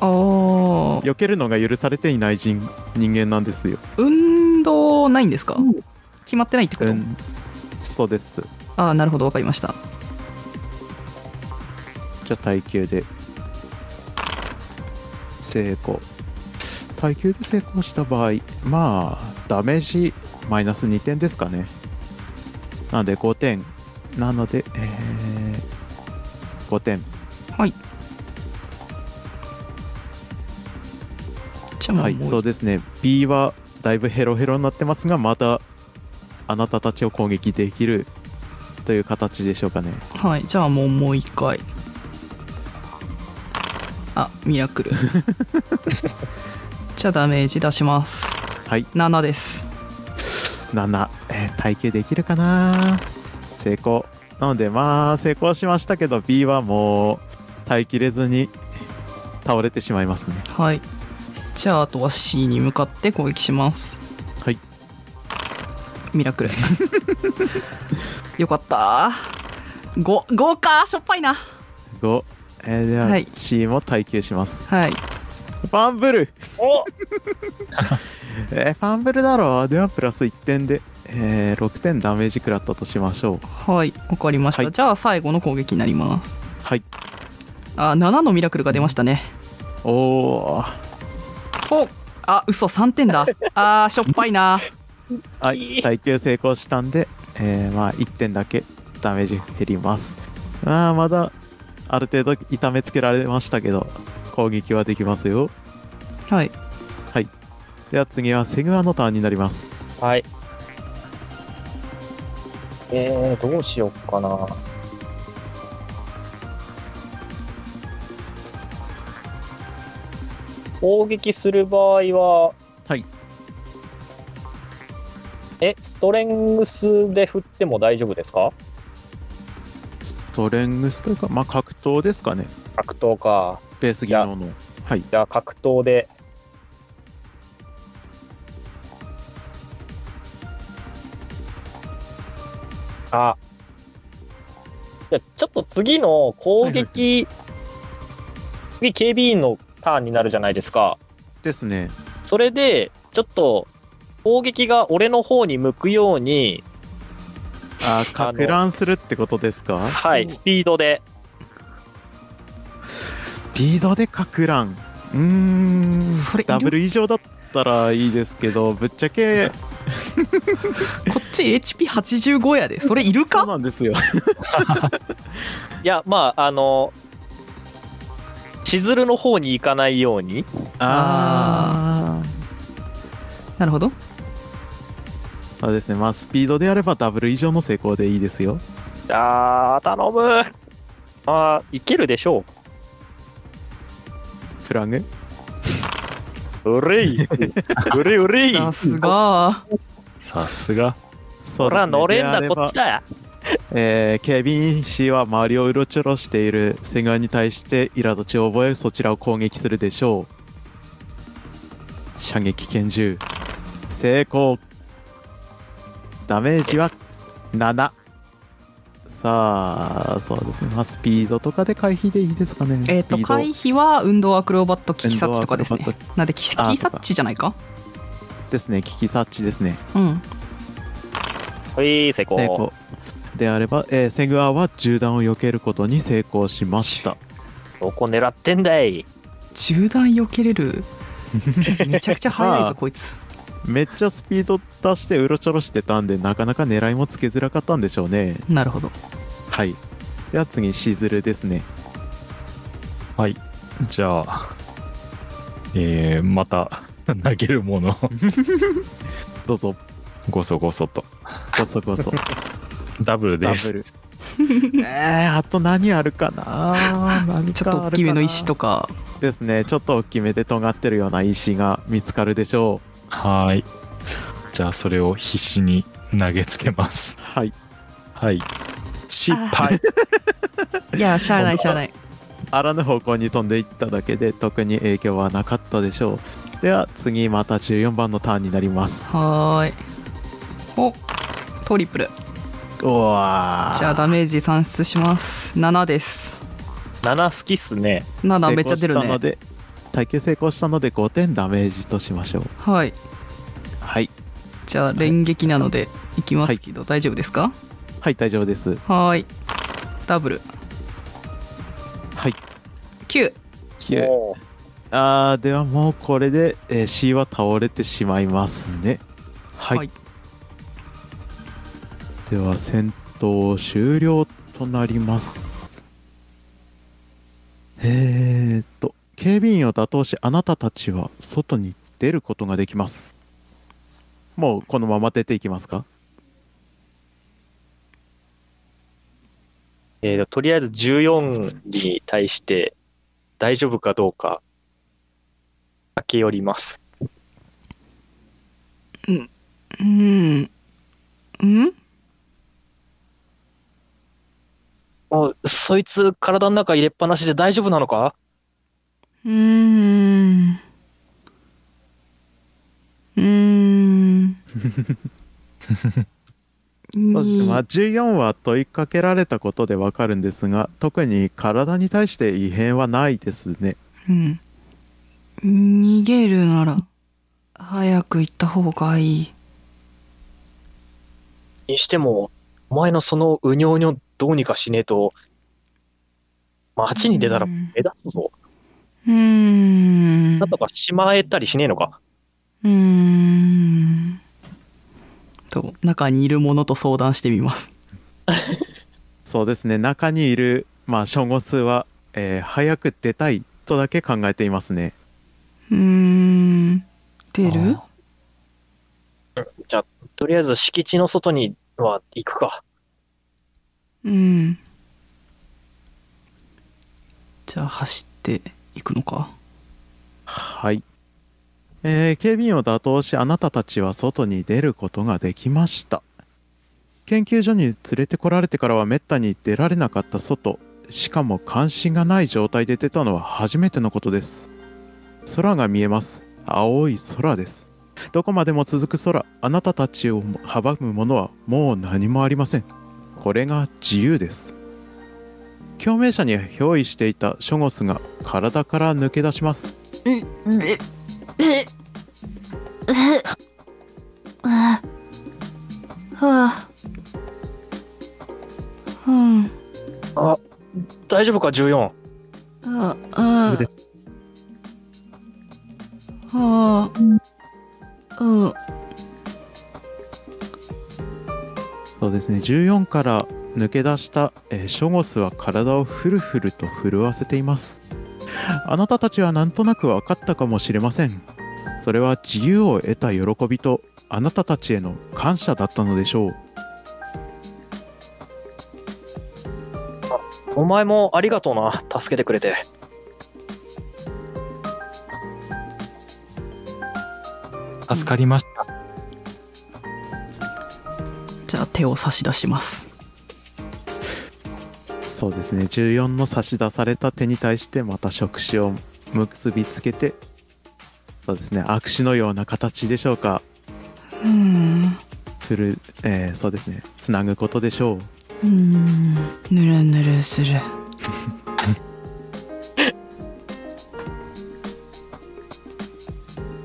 S4: あー
S1: 避けるのが許されていない人人間なんですよ。
S4: 運動ないんですか、決まってないってこと、
S1: うん、そうです。
S4: ああなるほどわかりました
S1: じゃあ耐久で成功耐久で成功した場合まあダメージマイナス2点ですかねなので5点なので、えー5点
S4: はいじゃあもう,、
S1: はいそうですね B はだいぶヘロヘロになってますがまたあなたたちを攻撃できるという形でしょうかね
S4: はいじゃあもうもう一回あミ ラクルじゃあダメージ出します
S1: はい
S4: 7です
S1: 7、えー耐久できるかな成功なのでまあ成功しましたけど B はもう耐えきれずに倒れてしまいますね
S4: はいじゃああとは C に向かって攻撃します
S1: はい
S4: ミラクルよかった5五かしょっぱいな
S1: 5えーでは、
S4: はい
S1: C も耐久します
S4: はい
S1: ファンブル
S3: お
S1: えーファンブルだろうではプラス1点で、え6点ダメージ食らったとしましょう
S4: はいわかりました、
S1: はい
S4: じゃあ最後の攻撃になります
S1: はい
S4: あ7のミラクルが出ましたね
S1: おー
S4: ほうあ嘘3点だあーしょっぱいな
S1: はい、耐久成功したんで、えーまあ1点だけダメージ減ります。まあまだある程度痛めつけられましたけど、攻撃はできますよ。
S4: はい
S1: では次はセグワのターンになります。
S3: はい。えー、どうしようかな。攻撃する場合は、
S1: はい。
S3: え、ストレングスで振っても大丈夫ですか
S1: ストレングスというか、まあ格闘ですかね。
S3: 格闘か。
S1: ベース技能の。はい。
S3: じゃあ格闘で。あ。じゃあちょっと次の攻撃、次警備員のターンになるじゃないですか。
S1: ですね。
S3: それで、ちょっと攻撃が俺の方に向くように、
S1: あー、
S3: あの
S1: か乱するってことですか
S3: はい、スピードで。
S1: スピードでか乱。うーん。
S4: それ
S1: ダブル以上だったらいいですけど、ぶっちゃけ、
S4: こっち HP85 やでそれいる
S1: そう
S4: か
S1: なんですよ。
S3: いや、まあ、あの、しずるの方に行かないように。
S1: あー。
S4: なるほど
S1: そうですね、まあスピードであればダブル以上の成功でいいですよ。
S3: あー、頼む。あー、いけるでしょう。
S1: プラグ
S3: うれいうれいうれい
S4: さすが
S2: さすが
S1: そ
S3: ほら乗れんだこっち
S1: だ。
S3: だよ
S1: えー警備員士は周りをうろちょろしている戦側に対して苛立ちを覚えそちらを攻撃するでしょう。射撃拳銃。成功。ダメージは7。さあ、そうですね。まあ、スピードとかで回避でいいですかね。
S4: えっ、と
S1: スピード
S4: 回避は運動アクロバット危機察知とかです
S1: 運動ア
S4: ね
S1: ク
S4: なんで危機
S1: あー
S4: 察知じゃないか
S1: ですね。危機察知ですね。
S4: うん
S3: はい成
S1: 成
S3: 功
S1: 功であれば、えーセグアは銃弾を避けることに成功しました
S3: どこ狙ってんだい
S4: 銃弾避けれ るめちゃくちゃ速い
S1: ま
S4: ぞ
S1: あ
S4: こいつ
S1: めっちゃスピード出してうろちょろしてたんでなかなか狙いもつけづらかったんでしょうね
S4: なるほど
S1: はいでは次しずるですね
S2: はいじゃあえー、また 投げるものを
S1: どうぞ
S2: ごそごそと
S1: ごそ ごそ
S2: ダブル
S1: ダ
S2: で
S1: ブ
S2: す
S1: ルえー、あと何あるか な何
S4: ち
S1: か
S4: ょっと
S1: あるかな
S4: 大きめの石とか
S1: ですねちょっと大きめで尖ってるような石が見つかるでしょ
S2: はーいじゃあそれを必死に投げつけます
S1: うはい
S2: はい失 敗
S4: いやしゃあないしゃあない
S1: あらぬ方向に飛んでいっただけで特に影響はなかったでしょうでは次また14番のターンになります
S4: はーいおトリプル
S1: うわー
S4: じゃあダメージ算出します7です
S3: 7好きっすね
S4: 7めっちゃ出る
S1: 成功したの
S4: ね
S1: で耐久成功したので5点ダメージとしましょう
S4: はい
S1: はい
S4: じゃあ連撃なのでいきますけど、大丈夫ですか
S1: はい大丈夫です
S4: はーいダブル
S1: はい
S4: 9
S1: 9
S3: もう
S1: あーではもうこれで、えー C は倒れてしまいますねはい、
S4: はい
S1: では戦闘終了となりますえー、っと警備員を打倒しあなたたちは外に出ることができますもうこのまま出ていきますか
S3: えーとりあえず14に対して大丈夫かどうか駆け寄ります
S4: うんうん
S3: おそいつ体の中入れっぱなしで大丈夫なのか
S4: うーんうーん
S1: そうですねまあ、
S4: に
S1: 14は問いかけられたことでわかるんですが特に体に対して異変はないですね
S4: うん逃げるなら早く行った方がいい
S3: にしてもお前のそのうにょうにょどうにかしねえと街に出たら
S4: うん
S3: 目立つぞ
S4: うーん
S3: なんとかしまえたりしねえのか。
S4: うーんと中にいるものと相談してみます
S1: そうですね中にいる、まあ、ションゴ数は、えー早く出たいとだけ考えていますね
S4: うーん出る
S2: あ
S3: じゃあ、とりあえず敷地の外には行くか。
S4: うんじゃあ走っていくのか
S1: はい、えー警備員を打倒しあなたたちは外に出ることができました研究所に連れてこられてからはめったに出られなかった外しかも関心がない状態で出たのは初めてのことです空が見えます青い空ですどこまでも続く空あなたたちを阻むものはもう何もありませんこれが自由です共鳴者に憑依していたショゴスが体から抜け出します
S5: ああ
S4: うん
S3: あ、大丈夫か、14。
S4: ああ
S1: 腕
S4: ああうん
S1: そうですね14から抜け出した、えーショゴスは体をふるふると震わせていますあなたたちはなんとなく分かったかもしれませんそれは自由を得た喜びとあなたたちへの感謝だったのでしょう
S3: お前もありがとうな、助けてくれて。
S2: 助かりました。
S4: じゃあ手を差し出します
S1: そうですね14の差し出された手に対してまた触手を結びつけてそうですね握手のような形でしょうか
S4: うん
S1: ふる、えーそうですねつなぐことでしょう
S4: うんぬるぬるする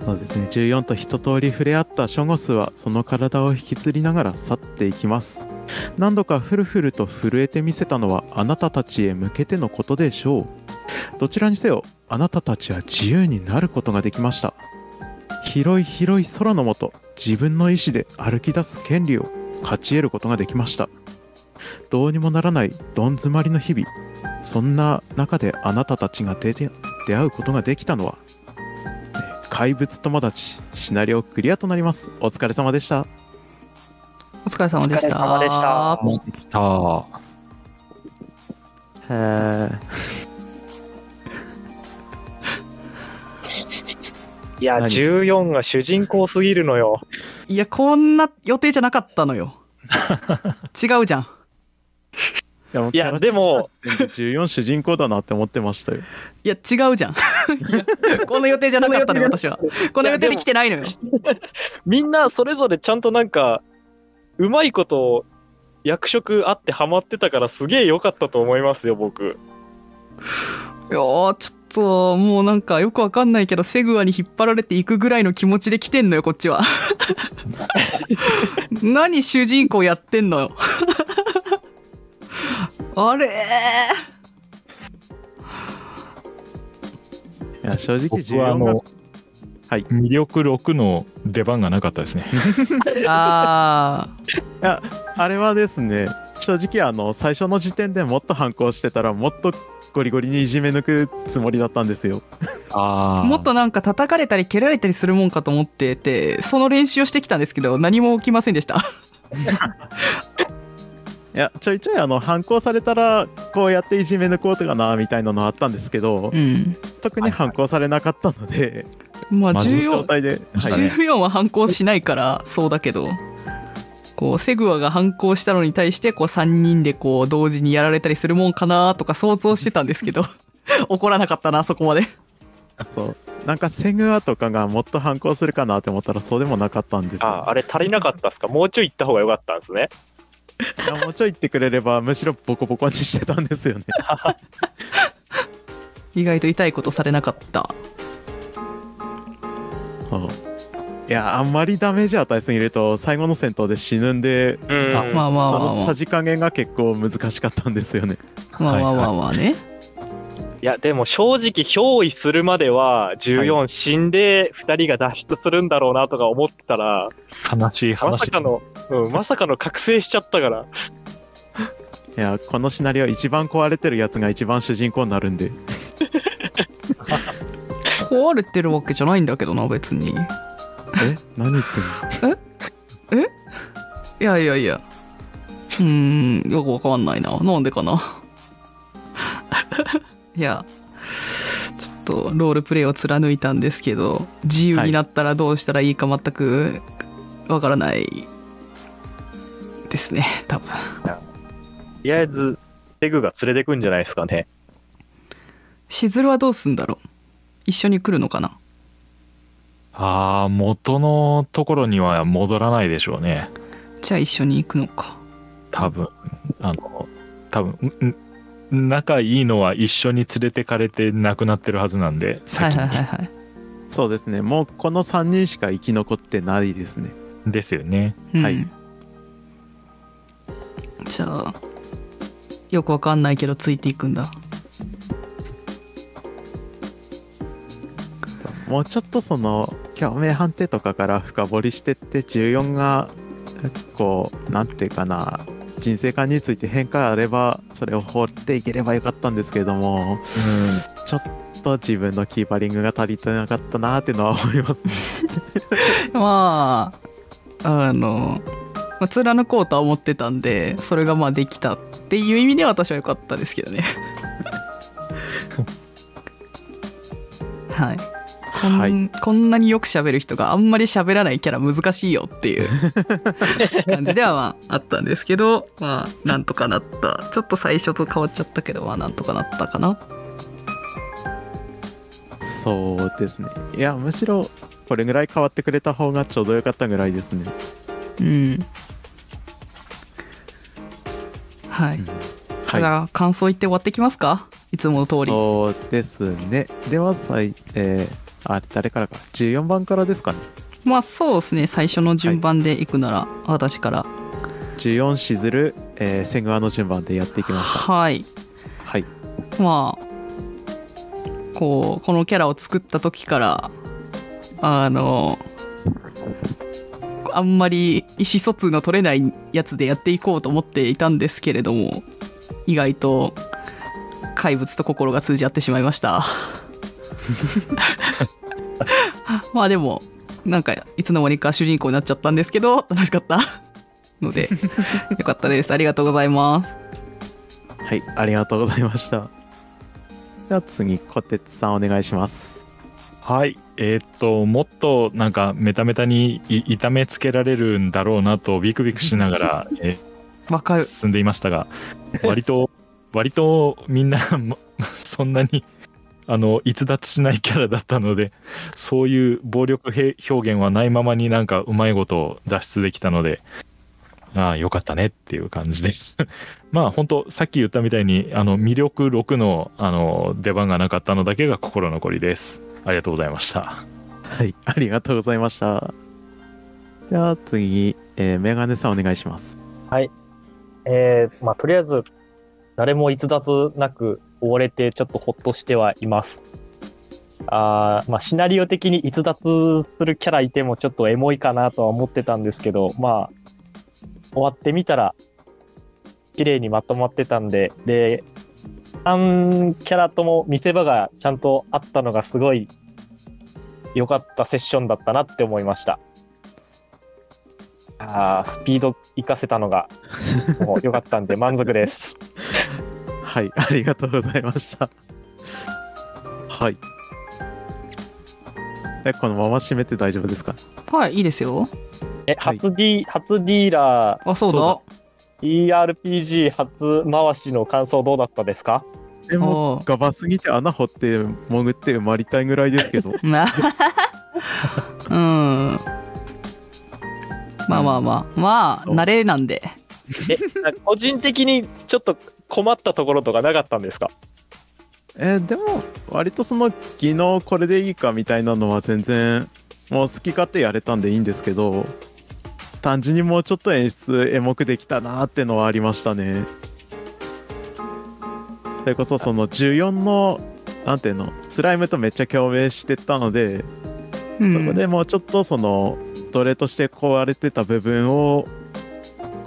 S1: そうですね14と一通り触れ合ったショゴスはその体を引きずりながら去っていきます何度かフルフルと震えてみせたのはあなたたちへ向けてのことでしょうどちらにせよあなたたちは自由になることができました広い広い空の下自分の意志で歩き出す権利を勝ち得ることができましたどうにもならないどん詰まりの日々そんな中であなたたちが出て出会うことができたのは怪物友達シナリオクリアとなりますお疲れ様でした
S4: お疲れ様でした
S3: お疲れ様でした
S2: 持ってきた。
S3: いや、
S1: 何
S3: 14が主人公すぎるのよ。
S4: いやこんな予定じゃなかったの よ違うじゃん
S1: いやもう
S3: いや
S1: キャラ
S3: でも
S1: 出した時点で14主人公だなって思ってましたよ
S4: いや違う じゃんいやこの予定じゃなかったのよ私はこの予定で来てないのよ
S3: みんなそれぞれちゃんとなんか、うまいこと、役職あってハマってたからすげえ良かったと思いますよ、僕。
S4: いやーちょっともうなんかよくわかんないけどセグワに引っ張られていくぐらいの気持ちで来てんのよこっ ちは何主人公やってんのよあれ
S1: いや正直
S2: 僕はあ
S1: 14が
S2: の、
S1: はい
S2: 魅力6の出番がなかったですね。
S4: ーあー
S1: あれはですね正直あの最初の時点でもっと反抗してたらもっとゴリゴリにいじめ抜くつもりだったんですよ
S2: あ
S4: もっとなんか叩かれたり蹴られたりするもんかと思っててその練習をしてきたんですけど何も起きませんでした
S1: いやちょいちょいあの反抗されたらこうやっていじめ抜こうとかなみたいなのあったんですけど
S4: うん
S1: 特に反抗されなかったので、
S4: まあ
S2: 真面目
S1: 状
S4: 14
S1: 態で、
S2: ました
S1: はい
S2: ね
S4: 14は反抗しないからそうだけどこうセグワが反抗したのに対してこう3人でこう同時にやられたりするもんかなとか想像してたんですけど 怒らなかったなそこまで
S1: そうなんかセグワとかがもっと反抗するかなって思ったらそうでもなかったんですよ
S3: ああ、あれ足りなかったっすかもうちょい行った方が良かったんですね。
S1: いやもうちょい言ってくれればむしろボコボコにしてたんですよ ね
S4: 意外と痛いことされなかった
S1: そういやあんまりダメージ与えすぎると最後の戦闘で死ぬんで
S3: うん。
S2: あ
S4: まあまあ
S1: そ
S4: まあま
S1: の
S4: あ
S1: さじ加減が結構難しかったんですよね
S4: まあまあまあまあね
S3: いや、でも正直、憑依するまでは、
S1: は
S3: 14死んで、2人が脱出するんだろうなとか思ってたら、
S2: 悲しい話
S3: まさかの、うん、まさかの覚醒しちゃったから、
S1: いやこのシナリオ一番壊れてるやつが一番主人公になるんで
S4: 壊れてるわけじゃないんだけどな別に
S1: え何言ってんの
S4: いやいやいやうーんよくわかんないななんでかな いやちょっとロールプレイを貫いたんですけど自由になったらどうしたらいいか全くわからないですね多分
S3: とりあえず、ペグが連れてくんじゃないですかね。
S4: しずるはどうすんだろう一緒に来るのかな
S2: ああ元のところには戻らないでしょうね
S4: じゃあ一緒に行くのか
S2: 多分あの多分んん仲いいのは一緒に連れてかれて亡くなってるはずなんで
S4: はい
S2: 先に、
S4: はいはいはい
S1: そうですねもうこの3人しか生き残ってないですね
S2: ですよね
S1: はい
S4: うんじゃあよくわかんないけどついていくんだ
S1: もうちょっとその共鳴判定とかから深掘りしてって14がこうなんていうかな人生観について変化あればそれを放っていければよかったんですけれどもちょっと自分のキーパリングが足りてなかったなーっていうのは思いますね
S4: まああの、まあ、貫こうとは思ってたんでそれがまあできたっていう意味では私は良かったですけどねはいこん,、
S1: はい
S4: こんなによく喋る人があんまり喋らないキャラ難しいよっ ていう感じではまああったんですけどまあなんとかなったちょっと最初と変わっちゃったけどまあなんとかなったかな
S1: そうですねいやむしろこれぐらい変わってくれた方がちょうどよかったぐらいですね
S4: うんはい、
S1: は
S4: じ
S1: い
S4: ゃあ感想言って終わってきますかいつもの通り
S1: そうですねでは最えー、あ誰からか14番からですかね
S4: まあそうですね最初の順番で行くなら、私から
S1: 14しずる、えー、セグワの順番でやっていきました
S4: はい
S1: はい
S4: まあこうこのキャラを作った時からあのあんまり意思疎通の取れないやつでやっていこうと思っていたんですけれども意外と怪物と心が通じ合ってしまいましたまあでもなんかいつの間にか主人公になっちゃったんですけど楽しかったのでよかったですありがとうございます
S1: はい、ありがとうございました。では次、こてつさんお願いします。
S2: はいえーっともっとなんかメタメタにい痛めつけられるんだろうなとビクビクしなが ら、え
S4: わか
S2: ー
S4: る
S2: 進んでいましたが割と割とみんなまそんなにあの逸脱しないキャラだったのでそういう暴力へ表現はないままになんかうまいこと脱出できたのでああよかったねっていう感じです まあ本当さっき言ったみたいにあの魅力6のあの出番がなかったのだけが心残りですありがとうございました
S1: はい、ありがとうございました。では次、えーメガネさんお願いします。
S3: えー、まあ、とりあえず、誰も逸脱なく追われて、ちょっとほっとしてはいます。あーまあ、シナリオ的に逸脱するキャラいても、ちょっとエモいかなとは思ってたんですけど、まあ、終わってみたら、綺麗にまとまってたんで、で、3キャラとも見せ場がちゃんとあったのがすごい良かったセッションだったなって思いました。あースピード活かせたのがもう良かったんで満足です。
S1: はい、ありがとうございました。はい。でこのまま締めて大丈夫ですか
S4: はいいいですよ
S3: え、
S1: はい
S3: 初 D、初ディーラ
S4: あそうだ
S2: そ
S3: ー、ERPG 初回しの感想どうだったですか
S1: でも、
S4: おう
S1: ガバすぎて穴掘って潜って埋まりたいぐらいですけど、
S4: な うんまあまあまあまあ
S1: そう
S4: 慣れなんで
S3: え、なんか個人的にちょっと困ったところとかなかったんですか
S1: えーでも割とその技能これでいいかみたいなのは全然もう好き勝手やれたんでいいんですけど単純にもうちょっと演出エモくできたなーってのはありましたねそれこそその14のなんていうのスライムとめっちゃ共鳴してたので、
S4: うん
S1: そこでもうちょっとその奴隷として壊れてた部分を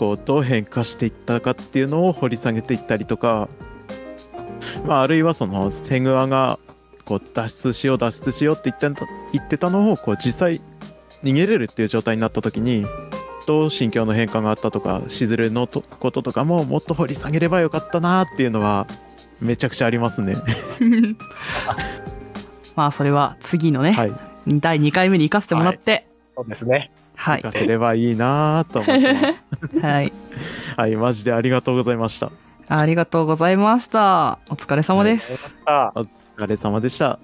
S1: こうどう変化していったかっていうのを掘り下げていったりとか、まあ、あるいはそのセグワがこう脱出しよう脱出しようって言ってた言ってたのをこう実際逃げれるっていう状態になった時にどう心境の変化があったとかしずるのとこととかももっと掘り下げればよかったなっていうのはめちゃくちゃありますね。
S4: まあそれは次のね、
S1: はい、
S4: 第2回目に行かせてもらって
S3: そうですね。
S4: は
S1: 行
S4: い
S1: かせれば いいなと思ってます。
S4: はい
S1: はい、マジでありがとうございました。
S4: ありがとうございましたお疲れ様です、
S3: あ
S1: お疲れ様でした。